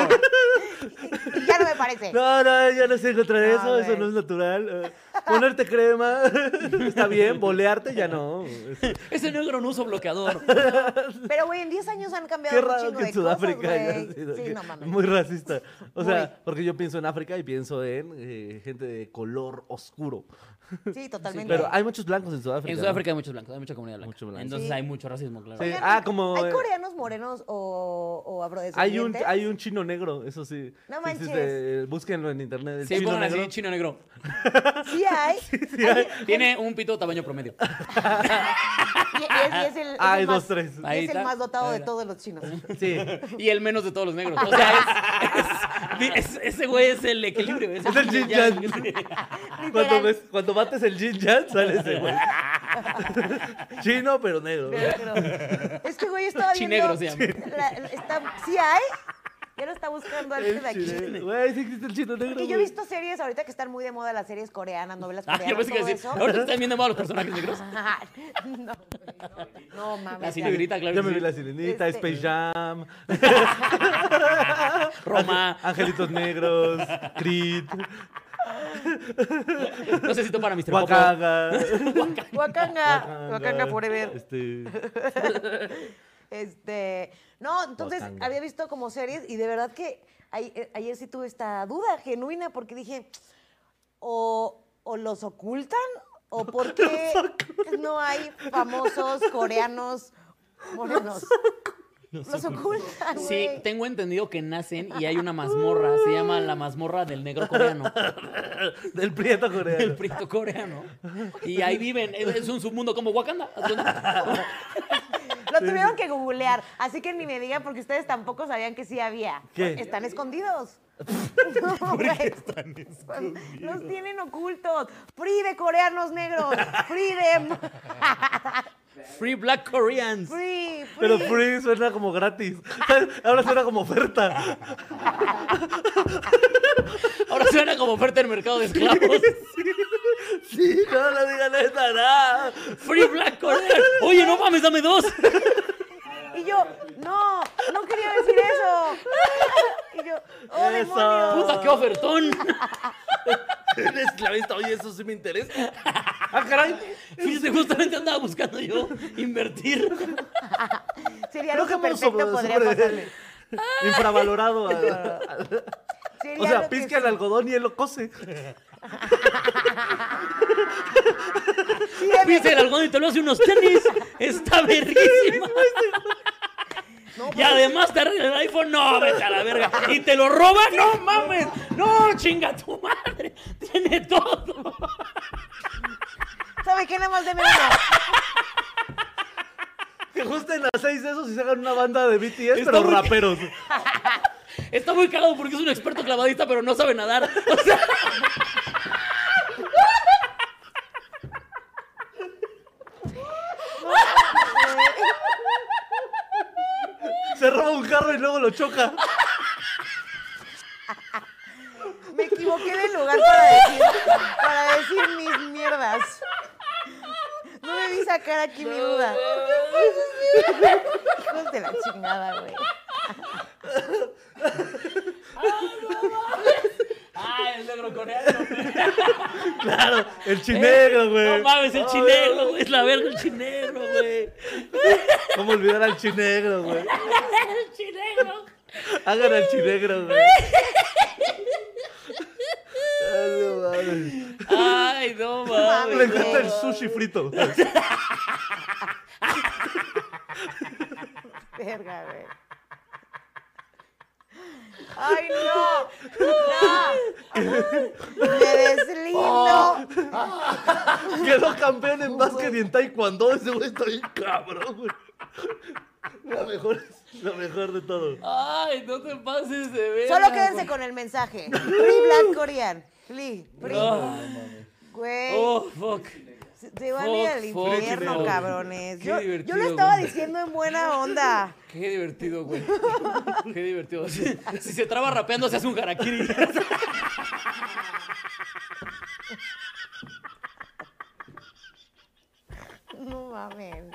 Speaker 3: Y ya no me parece.
Speaker 2: No, no, ya no sé contra
Speaker 3: No,
Speaker 2: eso, eso
Speaker 3: güey.
Speaker 2: no es natural. Eh, Ponerte crema está bien, bolearte ya no.
Speaker 1: Ese negro no usa bloqueador.
Speaker 3: Pero, güey, en 10 años han cambiado
Speaker 2: Qué
Speaker 3: un
Speaker 2: raro
Speaker 3: chingo
Speaker 2: que
Speaker 3: de
Speaker 2: en Sudáfrica
Speaker 3: cosas,
Speaker 2: haya
Speaker 3: güey.
Speaker 2: sido
Speaker 3: Sí,
Speaker 2: que-
Speaker 3: no mames.
Speaker 2: muy racista. O sea,
Speaker 3: Muy.
Speaker 2: porque yo pienso en África y pienso en eh, gente de color oscuro.
Speaker 3: Sí, totalmente.
Speaker 2: Pero ah, hay muchos blancos en Sudáfrica.
Speaker 1: En
Speaker 2: ¿no?
Speaker 1: Sudáfrica hay muchos blancos, hay mucha comunidad blanca.
Speaker 2: Mucho blanco.
Speaker 1: Entonces
Speaker 3: Sí.
Speaker 1: hay mucho racismo, claro.
Speaker 2: Sí.
Speaker 3: Oigan,
Speaker 2: Ah, como-
Speaker 3: ¿Hay coreanos morenos o, o
Speaker 2: Hay un,
Speaker 3: afrodescendientes?
Speaker 2: hay un chino negro, eso sí.
Speaker 3: No
Speaker 2: Sí existe,
Speaker 3: manches.
Speaker 2: búsquenlo en internet. El
Speaker 1: Sí,
Speaker 2: chino
Speaker 1: pongan así,
Speaker 2: negro.
Speaker 1: chino negro.
Speaker 3: Sí hay. Hay-
Speaker 1: Tiene un pito tamaño promedio.
Speaker 3: Y, y es, y es el, es
Speaker 2: Hay
Speaker 3: el
Speaker 2: dos,
Speaker 3: más,
Speaker 2: tres.
Speaker 3: y
Speaker 1: Ahí
Speaker 3: es
Speaker 1: está.
Speaker 3: el más dotado de
Speaker 1: Ahí
Speaker 3: todos los chinos.
Speaker 2: Sí.
Speaker 1: Y el menos de todos los negros. O sea, es- es- es- ese güey es el equilibrio. Es el,
Speaker 2: Es el yin
Speaker 1: yang.
Speaker 2: Cuando, ves- cuando bates el Jin Jan, sale ese güey. Chino, pero negro.
Speaker 3: Negro. Es que güey estaba viendo...
Speaker 1: Chinegro se llama.
Speaker 3: la- la- está- sí hay. Ya lo está buscando alguien
Speaker 2: El
Speaker 3: de
Speaker 2: chino-
Speaker 3: aquí.
Speaker 2: Güey, sí existe el chino negro.
Speaker 3: Porque yo he
Speaker 2: güey.
Speaker 3: visto series ahorita que están muy de moda las series coreanas, novelas
Speaker 1: Ah,
Speaker 3: coreanas,
Speaker 1: yo pensé que
Speaker 3: todo
Speaker 1: decir,
Speaker 3: eso.
Speaker 1: ahora están viendo malos los personajes negros.
Speaker 3: Ajá. no, güey, no, no mames.
Speaker 1: La
Speaker 3: ya.
Speaker 1: sirenita, claro.
Speaker 2: Ya
Speaker 1: que
Speaker 2: me vi
Speaker 1: sí.
Speaker 2: la sirenita,
Speaker 3: Este-
Speaker 2: Space Jam,
Speaker 1: Roma,
Speaker 2: Angelitos Negros, Creed,
Speaker 1: necesito para Mr. Popo.
Speaker 2: Wakaga.
Speaker 3: Wakanga, Wakanga Ah, forever.
Speaker 2: Este,
Speaker 3: Este, no, entonces
Speaker 2: Wakanda.
Speaker 3: había visto como series y de verdad que ay- eh, ayer sí tuve esta duda genuina porque dije, o, o los ocultan o por qué no hay famosos coreanos morenos. Los ocultan.
Speaker 1: Sí,
Speaker 3: güey.
Speaker 1: tengo entendido que nacen y hay una mazmorra, se llama la mazmorra del negro coreano,
Speaker 2: del prieto
Speaker 1: el
Speaker 2: coreano.
Speaker 1: prieto coreano, y ahí viven, es, es un submundo como Wakanda. haz cuenta.
Speaker 3: Lo tuvieron que googlear, así que ni me digan porque ustedes tampoco sabían que sí había.
Speaker 2: ¿Qué?
Speaker 3: Están escondidos. No, güey. Los tienen ocultos. Free de coreanos negros. Free de...
Speaker 1: Free Black Koreans.
Speaker 3: Free, free.
Speaker 2: Pero free suena como gratis. ¿Sabes? Ahora suena como oferta.
Speaker 1: Ahora suena como oferta del mercado de esclavos.
Speaker 2: Sí, no le digan esa nada.
Speaker 1: Free Black Koreans. Oye, no mames, dame dos.
Speaker 3: Y yo, no, no quería decir eso. Y yo, oh,
Speaker 2: Eso.
Speaker 3: demonios.
Speaker 1: ¡Puta, qué ofertón!
Speaker 2: Eres la vista, oye, eso sí me interesa. ¡Ah, caray!
Speaker 1: Fíjate, justamente andaba buscando yo invertir.
Speaker 3: Sería
Speaker 2: Creo
Speaker 3: lo
Speaker 2: que
Speaker 3: que
Speaker 2: hemos
Speaker 3: perfecto
Speaker 2: sobre-
Speaker 3: podría
Speaker 2: sobre-
Speaker 3: pasarme.
Speaker 2: infravalorado. a- a-
Speaker 3: Sería
Speaker 2: o
Speaker 3: lo que
Speaker 2: sea, pizca el
Speaker 3: sí.
Speaker 2: algodón y él lo cose.
Speaker 3: Sí, a ver,
Speaker 1: Pisa el algodón y te lo hace unos tenis. Está verguísima.
Speaker 3: no, pues,
Speaker 1: Y además te arregla el iPhone. No, vete a la verga. Y te lo roba. No mames. No, chinga tu madre. Tiene todo.
Speaker 3: ¿Sabe qué? Nada más de menos.
Speaker 2: Que justen las seis de esos y se hagan una banda de BTS,
Speaker 1: Está
Speaker 2: pero
Speaker 1: muy-
Speaker 2: raperos.
Speaker 1: Está muy cagado porque es un experto clavadista, pero no sabe nadar. O sea,
Speaker 2: Se roba un carro y luego lo choca.
Speaker 3: Me equivoqué de lugar para decir, para decir mis mierdas. No me vi sacar aquí mi duda. Hijos de la chingada, güey.
Speaker 1: ah, el negro coreano.
Speaker 2: Claro, el chinegro, güey.
Speaker 1: Eh, No mames, el chinegro, güey. Es la verga el chinegro, güey.
Speaker 2: ¿Cómo olvidar al chinegro, güey?
Speaker 1: El chinegro.
Speaker 2: Hagan al chinegro, güey. Ay, no mames.
Speaker 1: Ay, no mames.
Speaker 2: Le encanta el sushi frito.
Speaker 3: Verga, güey. ¡Ay, no! ¡No! ¡Me
Speaker 1: Oh.
Speaker 3: deslindo!
Speaker 2: Quedó campeón en básquet y en taekwondo. Ese güey está bien cabrón, güey. Lo mejor, lo mejor de todo.
Speaker 1: Ay, no te pases de verga.
Speaker 3: Solo quédense con el mensaje. Free Black Korean. Free, free. Güey.
Speaker 1: Oh, fuck.
Speaker 3: Se se van a ir al
Speaker 1: Fuck, fuck,
Speaker 3: infierno,
Speaker 1: fuck.
Speaker 3: cabrones.
Speaker 1: Qué
Speaker 3: Yo, yo
Speaker 1: divertido,
Speaker 3: lo estaba
Speaker 1: güey.
Speaker 3: diciendo en buena onda.
Speaker 1: Qué divertido, güey. Qué divertido. Si, si se traba rapeando, se hace un harakiri.
Speaker 3: No mames.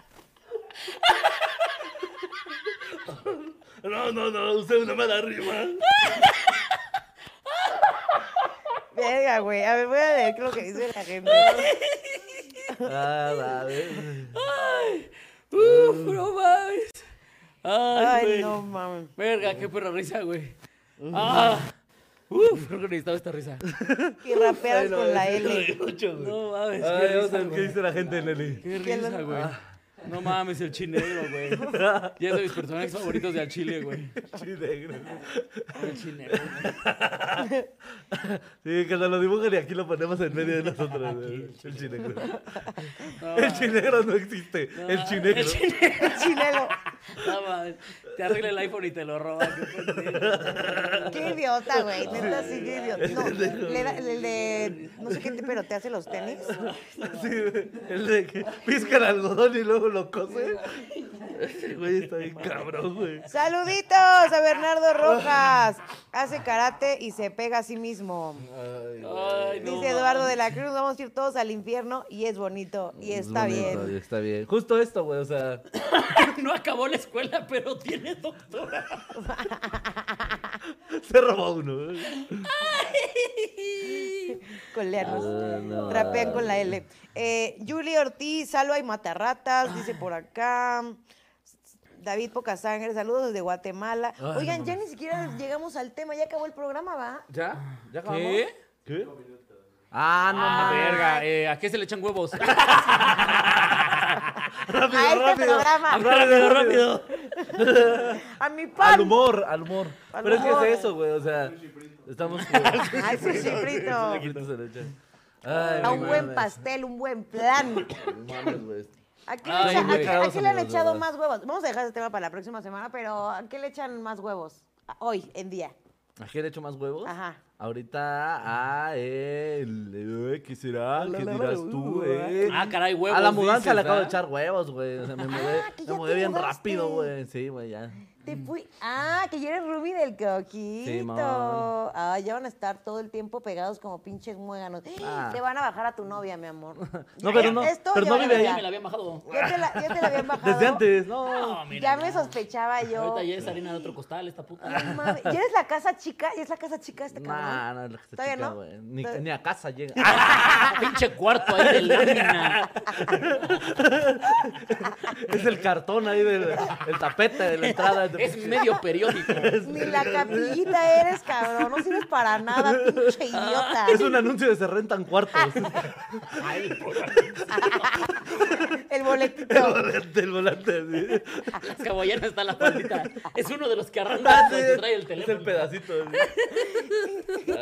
Speaker 2: No, no, no, usted una mala rima.
Speaker 3: Venga, güey. A ver, voy a leer lo que dice la gente.
Speaker 2: Ah, vale.
Speaker 1: Uf, no mames. Ay,
Speaker 3: Ay,
Speaker 1: güey.
Speaker 3: no mames.
Speaker 1: Verga, qué perra risa, güey. Ah. Uf, creo que necesitaba esta risa.
Speaker 3: Y raperas con la L.
Speaker 1: No mames,
Speaker 2: Ay, vamos
Speaker 1: qué
Speaker 2: a
Speaker 1: risa,
Speaker 2: ver qué
Speaker 1: güey.
Speaker 2: dice la gente, Nelly.
Speaker 1: Qué risa, güey. Ah. No mames, el chinegro, güey. Ya es de mis personajes favoritos de al Chile, güey. Ah.
Speaker 2: Chinegro.
Speaker 1: El chinegro.
Speaker 2: Sí, que nos lo dibujen y aquí lo ponemos en medio de nosotros. güey. el chinegro. el chinegro no existe. el chinegro.
Speaker 1: Ah, El chinegro.
Speaker 3: El chinelo.
Speaker 1: No mames. Te arregla el iPhone y te lo roba. qué pendejo.
Speaker 3: Qué idiota, güey. Neta, sí, qué idiota. No, le da- le- le- no sé qué, te- pero te hace los tenis.
Speaker 2: Sí, güey. el de que pisca el algodón y luego lo cose. Ese güey está bien cabrón, güey.
Speaker 3: Saluditos a Bernardo Rojas. Hace karate y se pega a sí mismo.
Speaker 1: Ay, no
Speaker 3: Dice Eduardo de la Cruz, vamos a ir todos al infierno y es bonito y está bien.
Speaker 2: Está bien. Justo esto, güey. O sea,
Speaker 1: mames. No acabó la escuela, pero tiene doctora.
Speaker 2: se robó uno. güey.
Speaker 3: Colearnos.
Speaker 2: Ah, no.
Speaker 3: Trapean con la L. Eh, Julie Ortiz, salva y matarratas, dice por acá. David Pocasangre, saludos desde Guatemala.
Speaker 2: Ah,
Speaker 3: Oigan, ya ni siquiera llegamos al tema, ya acabó el programa, ¿va?
Speaker 2: ¿Ya? ¿Ya
Speaker 1: ¿Qué?
Speaker 2: ¿Qué? Ah, no
Speaker 1: Ah,
Speaker 2: mames.
Speaker 1: verga, eh, ¿a qué se le echan huevos? Ah,
Speaker 2: Rápido,
Speaker 3: A este
Speaker 2: rápido.
Speaker 3: programa.
Speaker 2: Rápido, rápido.
Speaker 3: A mi
Speaker 2: Al
Speaker 3: pan.
Speaker 2: humor, al humor.
Speaker 3: Al
Speaker 2: Pero es
Speaker 3: humor.
Speaker 2: que es eso, güey. O sea, estamos.
Speaker 3: Ay, sí, sí, Brito.
Speaker 2: Fritos se le echan. Ay,
Speaker 3: A
Speaker 2: no
Speaker 3: un buen
Speaker 2: mames.
Speaker 3: pastel, un buen plan.
Speaker 2: No mames, güey.
Speaker 3: ¿A qué,
Speaker 1: Ay,
Speaker 3: le, echa-
Speaker 1: muy
Speaker 3: a qué- a
Speaker 2: cagados,
Speaker 3: qué le han
Speaker 2: amigos, de
Speaker 3: echado
Speaker 2: verdad.
Speaker 3: más huevos? Vamos a dejar ese tema para la próxima semana, pero ¿a qué le echan más huevos? A- Hoy, en día.
Speaker 2: ¿A quién le echo más huevos?
Speaker 3: Ajá.
Speaker 2: Ahorita a el... eh, ¿Qué será? ¿Qué dirás tú, eh?
Speaker 1: Ah, caray, huevos.
Speaker 2: A la mudanza
Speaker 1: dices,
Speaker 2: le acabo de
Speaker 1: ¿ah?
Speaker 2: echar huevos, güey. O sea, me mudé,
Speaker 3: Ah, que
Speaker 2: me
Speaker 3: ya
Speaker 2: mudé
Speaker 3: te
Speaker 2: bien
Speaker 3: mudaste.
Speaker 2: rápido, güey. Sí, güey, ya.
Speaker 3: Te
Speaker 2: Mm.
Speaker 3: fui. Ah, que ya eres Ruby del coquito.
Speaker 2: Simón.
Speaker 3: ah, ya van a estar todo el tiempo pegados como pinches muéganos.
Speaker 2: Ah.
Speaker 3: Te van a bajar a tu novia, mi amor.
Speaker 2: No,
Speaker 3: Ya,
Speaker 2: pero
Speaker 3: ya,
Speaker 2: no-
Speaker 3: esto
Speaker 2: pero
Speaker 3: ya
Speaker 2: no
Speaker 3: me
Speaker 2: vive
Speaker 3: la-
Speaker 2: ahí.
Speaker 1: Me la habían bajado.
Speaker 3: Ya te la, ya te la habían bajado. Oh,
Speaker 2: Desde antes, no.
Speaker 1: No, mira,
Speaker 3: Ya me sospechaba yo.
Speaker 1: Ahorita ya es harina de otro costal, esta
Speaker 3: No
Speaker 1: puta.
Speaker 3: mames, ¿Ya eres la casa chica? ¿Ya es la casa chica este
Speaker 2: Nah,
Speaker 3: cabrón?
Speaker 2: no, la que se
Speaker 3: ¿Todavía
Speaker 2: chica,
Speaker 3: no?
Speaker 2: güey. Ni,
Speaker 3: Todavía- Ah,
Speaker 2: ni a casa llega.
Speaker 1: Pinche cuarto ahí de lámina.
Speaker 2: es el cartón ahí del el tapete de la entrada.
Speaker 1: Es medio periódico.
Speaker 3: Ni la capillita eres, cabrón. No sirves para nada, pinche idiota.
Speaker 2: Es un anuncio de se rentan cuartos.
Speaker 1: Ay, por
Speaker 3: El boletito.
Speaker 2: del volante. sí.
Speaker 1: las caballeras está la faldita. Es uno de los que arranca cuando trae el
Speaker 2: Ah, Es el
Speaker 1: teléfono.
Speaker 2: pedacito. sí.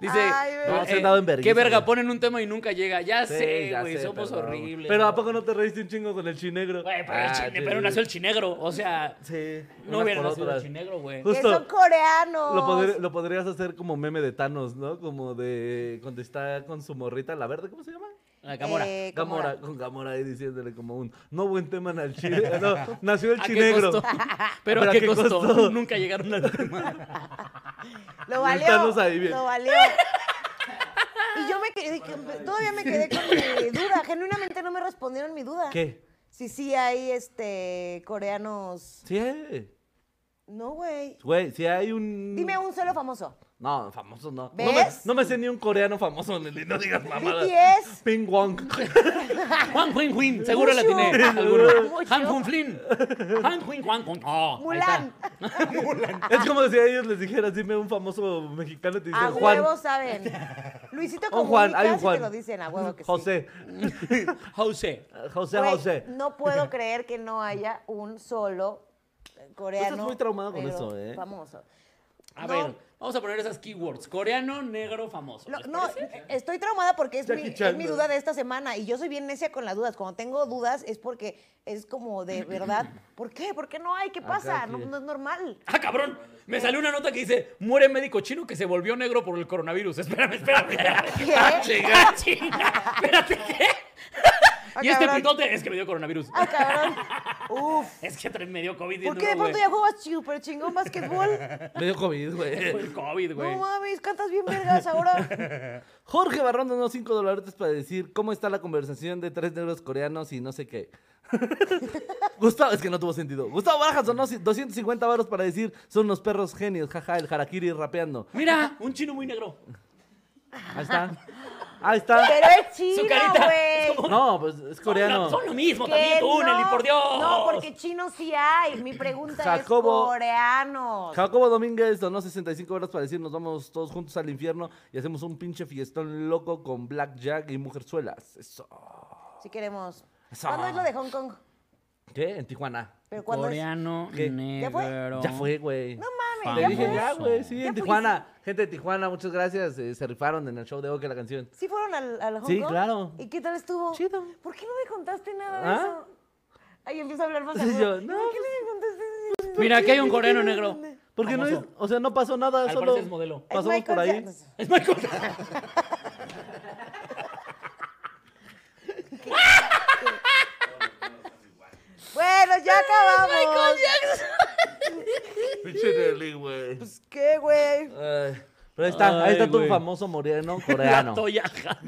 Speaker 1: Dice, eh,
Speaker 3: Ay, güey.
Speaker 2: No, se han dado en vergüenza,
Speaker 1: qué verga,
Speaker 2: güey.
Speaker 1: ponen un tema y nunca llega. Ya
Speaker 2: Sí,
Speaker 1: sé,
Speaker 2: ya
Speaker 1: güey,
Speaker 2: sé,
Speaker 1: somos
Speaker 2: perdón.
Speaker 1: horribles.
Speaker 2: Pero ¿a poco no te reíste un chingo con el chinegro?
Speaker 1: Güey, pero, el
Speaker 2: Ah,
Speaker 1: chine-
Speaker 2: sí,
Speaker 1: pero
Speaker 2: sí,
Speaker 1: nació el
Speaker 2: sí.
Speaker 1: chinegro. O sea,
Speaker 2: Sí.
Speaker 1: no
Speaker 2: unas
Speaker 1: hubiera
Speaker 2: por
Speaker 1: nacido el
Speaker 2: otras.
Speaker 1: chinegro, güey.
Speaker 3: Que
Speaker 2: Justo.
Speaker 3: son coreanos.
Speaker 2: Lo, podri- lo podrías hacer como meme de Thanos, ¿no? Como de cuando está con su morrita, la verde, ¿cómo se llama?
Speaker 1: La cámara.
Speaker 3: Eh,
Speaker 2: Gamora,
Speaker 3: Gamora.
Speaker 2: con Gamora ahí diciéndole como un no buen tema en el chile. No, nació el
Speaker 1: ¿A qué
Speaker 2: chinegro.
Speaker 1: costó? Pero ¿a qué costó? Nunca llegaron al tema.
Speaker 2: Y
Speaker 3: Lo
Speaker 2: el
Speaker 3: valió.
Speaker 2: Thanos ahí bien.
Speaker 3: Lo valió. Y yo me quedé, todavía me quedé con mi duda. Genuinamente no me respondieron mi duda.
Speaker 2: ¿Qué?
Speaker 3: Si sí hay este coreanos.
Speaker 2: Sí, hay,
Speaker 3: No, güey.
Speaker 2: güey, sí hay un.
Speaker 3: Dime un solo famoso.
Speaker 2: No, famoso no. No, me,
Speaker 3: ¿Ves?
Speaker 2: no me sé ni un coreano famoso, Nelly, no digas mamadas.
Speaker 3: BTS.
Speaker 2: Ping Wong.
Speaker 1: Juan Juin Juin, seguro la
Speaker 3: Mucho.
Speaker 1: tiene alguno.
Speaker 3: Mucho.
Speaker 1: Han Jun Flin. Han Juin Juan Juin. Oh, ahí está.
Speaker 3: Mulan.
Speaker 2: es como si a ellos les dijeras, dime un famoso mexicano, te
Speaker 3: A
Speaker 2: dicen Juan.
Speaker 3: huevo saben. Luisito
Speaker 2: Un
Speaker 3: Comunica,
Speaker 2: Oh, Juan, hay un
Speaker 3: sí
Speaker 2: Juan.
Speaker 3: te lo dicen a huevo que sí.
Speaker 2: José.
Speaker 1: Jose.
Speaker 2: José,
Speaker 3: Güey,
Speaker 2: José.
Speaker 3: No puedo creer que no haya un solo coreano.
Speaker 2: Pues Estás muy traumado con
Speaker 3: negro
Speaker 2: eso, ¿eh?
Speaker 3: Famoso.
Speaker 1: A
Speaker 3: No.
Speaker 1: ver, vamos a poner esas keywords. Coreano, negro, famoso.
Speaker 3: Lo-
Speaker 1: ¿les
Speaker 3: no, eh,
Speaker 1: parece?
Speaker 3: estoy traumada porque es mi,
Speaker 2: Jackie
Speaker 3: es
Speaker 2: Chan,
Speaker 3: mi
Speaker 2: ¿no?
Speaker 3: duda de esta semana y yo soy bien necia con las dudas. Cuando tengo dudas es porque es como de verdad, ¿por qué? ¿Por qué no hay? ¿Qué pasa? No,
Speaker 2: sí.
Speaker 3: no es normal.
Speaker 1: ¡Ah, cabrón! Me salió una nota que dice, muere médico chino que se volvió negro por el coronavirus. Espérame, espérame.
Speaker 3: ¿Qué?
Speaker 1: ¡Ah, chinga! chinga! Espérate, ¿qué?
Speaker 3: Ah,
Speaker 1: y este
Speaker 3: cabrón.
Speaker 1: pitote es que me dio coronavirus.
Speaker 3: Ah, cabrón. Uf.
Speaker 1: Es que me dio COVID. bien
Speaker 3: ¿Por qué de
Speaker 1: duro,
Speaker 3: pronto
Speaker 1: güey.
Speaker 3: ya juegas súper chingón basquetbol?
Speaker 2: Me dio COVID,
Speaker 1: Fue
Speaker 2: güey.
Speaker 1: el COVID, güey.
Speaker 3: No mames, cantas bien vergas ahora.
Speaker 2: Jorge Barrón donó 5 dólares para decir cómo está la conversación de tres negros coreanos y no sé qué. Gustavo, es que no tuvo sentido. Gustavo Barajas donó ci- 250 varos para decir son los perros genios, jaja, el harakiri rapeando.
Speaker 1: Mira, un chino muy negro.
Speaker 2: Ahí está. Ahí está.
Speaker 3: Pero es
Speaker 1: Su
Speaker 3: chino,
Speaker 1: carita es
Speaker 3: güey.
Speaker 1: como...
Speaker 2: No, pues es coreano.
Speaker 1: Son, lo- son lo mismo
Speaker 3: Que
Speaker 1: también, tú, Nelly, por Dios.
Speaker 3: No, porque chino sí hay. Mi pregunta
Speaker 2: Jacobo-
Speaker 3: es coreanos.
Speaker 2: Jacobo Domínguez donó 65 horas para decir nos vamos todos juntos al infierno y hacemos un pinche fiestón loco con blackjack y mujerzuelas. Eso.
Speaker 3: si queremos.
Speaker 2: Eso.
Speaker 3: ¿Cuándo es lo de Hong Kong?
Speaker 2: ¿Qué? En Tijuana.
Speaker 3: ¿Pero cuándo es?
Speaker 1: Coreano,
Speaker 2: ¿Qué?
Speaker 3: ¿Ya fue?
Speaker 1: negro.
Speaker 2: Ya fue, güey.
Speaker 3: No mames,
Speaker 2: Le
Speaker 3: ya
Speaker 1: Famoso.
Speaker 2: dije,
Speaker 3: fue.
Speaker 2: ya, güey, sí,
Speaker 3: ¿Ya
Speaker 2: en
Speaker 3: fuiste?
Speaker 2: Tijuana. Gente de Tijuana, muchas gracias. eh, se rifaron en el show de Oke la canción.
Speaker 3: ¿Sí fueron al, al Hong
Speaker 2: Sí,
Speaker 3: Kong?
Speaker 2: claro.
Speaker 3: ¿Y qué tal estuvo?
Speaker 2: Chido.
Speaker 3: ¿Por qué no me contaste nada de
Speaker 2: ¿Ah?
Speaker 3: eso? Ay, empiezo a hablar más
Speaker 2: Sí,
Speaker 3: agudo.
Speaker 2: yo,
Speaker 3: ¿Y
Speaker 2: no, pues,
Speaker 3: ¿Por qué no me contaste?
Speaker 1: Mira, aquí hay un coreano negro.
Speaker 2: Porque no es,
Speaker 1: Famoso.
Speaker 2: o sea, no pasó nada,
Speaker 1: Al
Speaker 2: solo
Speaker 1: parecer es modelo.
Speaker 3: Es
Speaker 2: pasamos por
Speaker 3: Michael
Speaker 2: ahí.
Speaker 3: Jackson.
Speaker 1: Es Michael.
Speaker 3: Bueno, ya acabamos.
Speaker 2: Pinche Nelly, güey.
Speaker 3: Pues qué, güey.
Speaker 2: Ay, Pero ahí está,
Speaker 1: Ay,
Speaker 2: ahí está tu
Speaker 1: güey.
Speaker 2: famoso moreno
Speaker 1: La
Speaker 2: coreano.
Speaker 1: toyaja.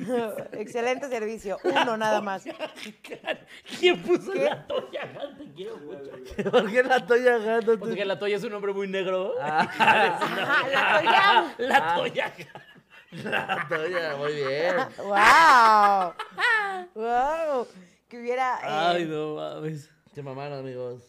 Speaker 3: Excelente servicio. Uno nada más.
Speaker 1: ¿Quién puso la toyaja? Te quiero mucho.
Speaker 2: ¿Por qué la toya gato? tú?
Speaker 1: Porque la toya es un hombre muy negro.
Speaker 3: Ajá,
Speaker 2: Ah.
Speaker 3: la
Speaker 1: La toyaja.
Speaker 2: La toya, muy bien.
Speaker 3: ¡Wow! ¡Wow! Que hubiera. eh,
Speaker 1: Ay, no mames.
Speaker 2: Te mamaron, amigos.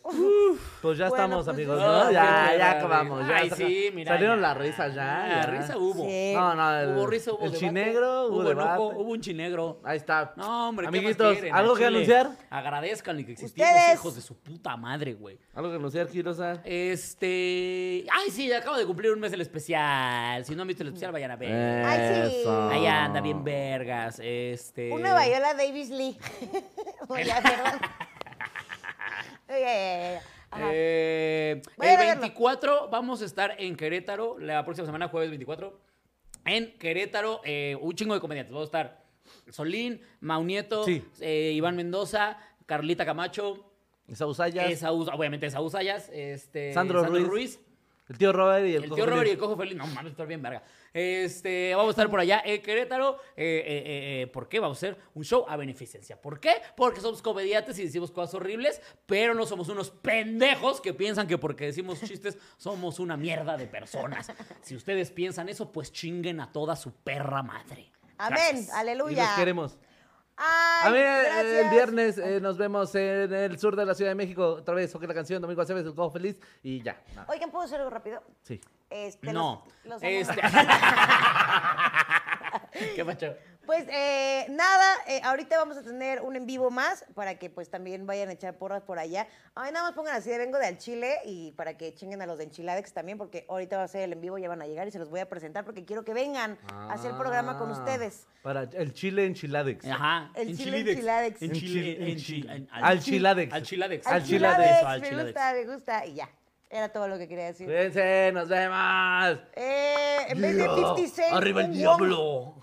Speaker 2: Pues ya
Speaker 3: Bueno,
Speaker 2: estamos,
Speaker 3: pues,
Speaker 2: amigos,
Speaker 1: no,
Speaker 2: ¿no? Ya, ya
Speaker 1: pues, ya,
Speaker 2: acabamos. ya
Speaker 1: ay,
Speaker 2: saca-
Speaker 1: sí, mira,
Speaker 2: Salieron
Speaker 1: ya.
Speaker 2: las risas ya.
Speaker 1: Ah,
Speaker 2: ya.
Speaker 1: risa hubo.
Speaker 3: Sí.
Speaker 2: No, no, el,
Speaker 1: hubo risa, hubo
Speaker 2: el
Speaker 1: debate,
Speaker 2: chinegro, hubo,
Speaker 1: hubo enojo,
Speaker 2: debate.
Speaker 1: hubo un chinegro.
Speaker 2: Ahí está.
Speaker 1: No, hombre, ¿qué más
Speaker 2: Amiguitos,
Speaker 1: quieren,
Speaker 2: ¿algo
Speaker 1: al
Speaker 2: que
Speaker 1: chile?
Speaker 2: anunciar?
Speaker 1: Agradezcanle que existimos,
Speaker 3: Ustedes.
Speaker 1: hijos de su puta madre, güey.
Speaker 2: Algo que anunciar, Kirosa.
Speaker 1: Este. Ay, sí, acabo de cumplir un mes el especial. Si no han visto el especial, vayan a ver.
Speaker 2: Eh,
Speaker 3: Ay, sí.
Speaker 2: Eso.
Speaker 1: Ahí anda bien vergas. Este.
Speaker 3: Una
Speaker 4: Eh.
Speaker 3: Viola Davis Lee. Oye, perdón. Oye, oye, oye. Ajá.
Speaker 1: Eh,
Speaker 3: Vayan a
Speaker 1: el
Speaker 3: verlo.
Speaker 1: 24 vamos a estar en Querétaro la próxima semana, jueves 24. en Querétaro, eh, un chingo de comediantes. Vamos a estar Solín, Maunieto,
Speaker 4: Sí.
Speaker 1: Iván Mendoza, Carlita Camacho,
Speaker 4: Esa Usaya,
Speaker 1: Esaú- obviamente Esaú Sayas, este,
Speaker 4: Sandro Ruiz. el tío Robert y el,
Speaker 1: el
Speaker 4: Cojo
Speaker 1: tío Robert y
Speaker 4: Feliz.
Speaker 1: el cojo feliz. No mames, estar bien, verga. Este, vamos a estar por allá en Querétaro. Eh, eh, eh, eh, ¿Por qué? Vamos a hacer un show a beneficencia. ¿Por qué? Porque somos comediantes y decimos cosas horribles, pero no somos unos pendejos que piensan que porque decimos chistes somos una mierda de personas. Si ustedes piensan eso, pues chinguen a toda su perra madre.
Speaker 3: Amén,
Speaker 1: Gracias.
Speaker 4: Y
Speaker 3: aleluya.
Speaker 4: los queremos.
Speaker 3: Ay,
Speaker 4: A ver, eh, el
Speaker 3: gracias.
Speaker 4: viernes eh, nos vemos en el sur de la Ciudad de México. Otra vez, toque la canción, Domingo Aceves, el Cojo Feliz. Y ya. nada.
Speaker 3: Oigan, ¿puedo hacer algo rápido?
Speaker 4: Sí.
Speaker 3: Este,
Speaker 1: No.
Speaker 3: los- los amo.
Speaker 1: Este- ¿Qué macho?
Speaker 3: Pues eh, nada, eh, ahorita vamos a tener un en vivo más para que pues también vayan a echar porras por allá. Ay, nada más pongan así de vengo de al Chile y para que chinguen a los de Enchiladex también porque ahorita va a ser el en vivo, ya van a llegar y se los voy a presentar porque quiero que vengan a hacer programa con
Speaker 4: Ah,
Speaker 3: ustedes.
Speaker 4: Para el Chile enchiladex.
Speaker 1: Ajá.
Speaker 3: El chile enchiladex.
Speaker 1: Enchilidex. Enchil-
Speaker 4: Enchil-
Speaker 1: enchil-
Speaker 4: enchil-
Speaker 1: en-
Speaker 4: Alchiladex.
Speaker 1: Alchiladex.
Speaker 4: Al
Speaker 3: Enchiladex,
Speaker 4: Chiladex,
Speaker 1: al
Speaker 3: me
Speaker 1: Chiladex.
Speaker 3: gusta, me gusta y ya. Era todo lo que quería decir.
Speaker 4: Cuídense, nos vemos.
Speaker 3: Eh, en vez de 56,
Speaker 4: 뭐 Arriba el
Speaker 3: un won.
Speaker 4: diablo.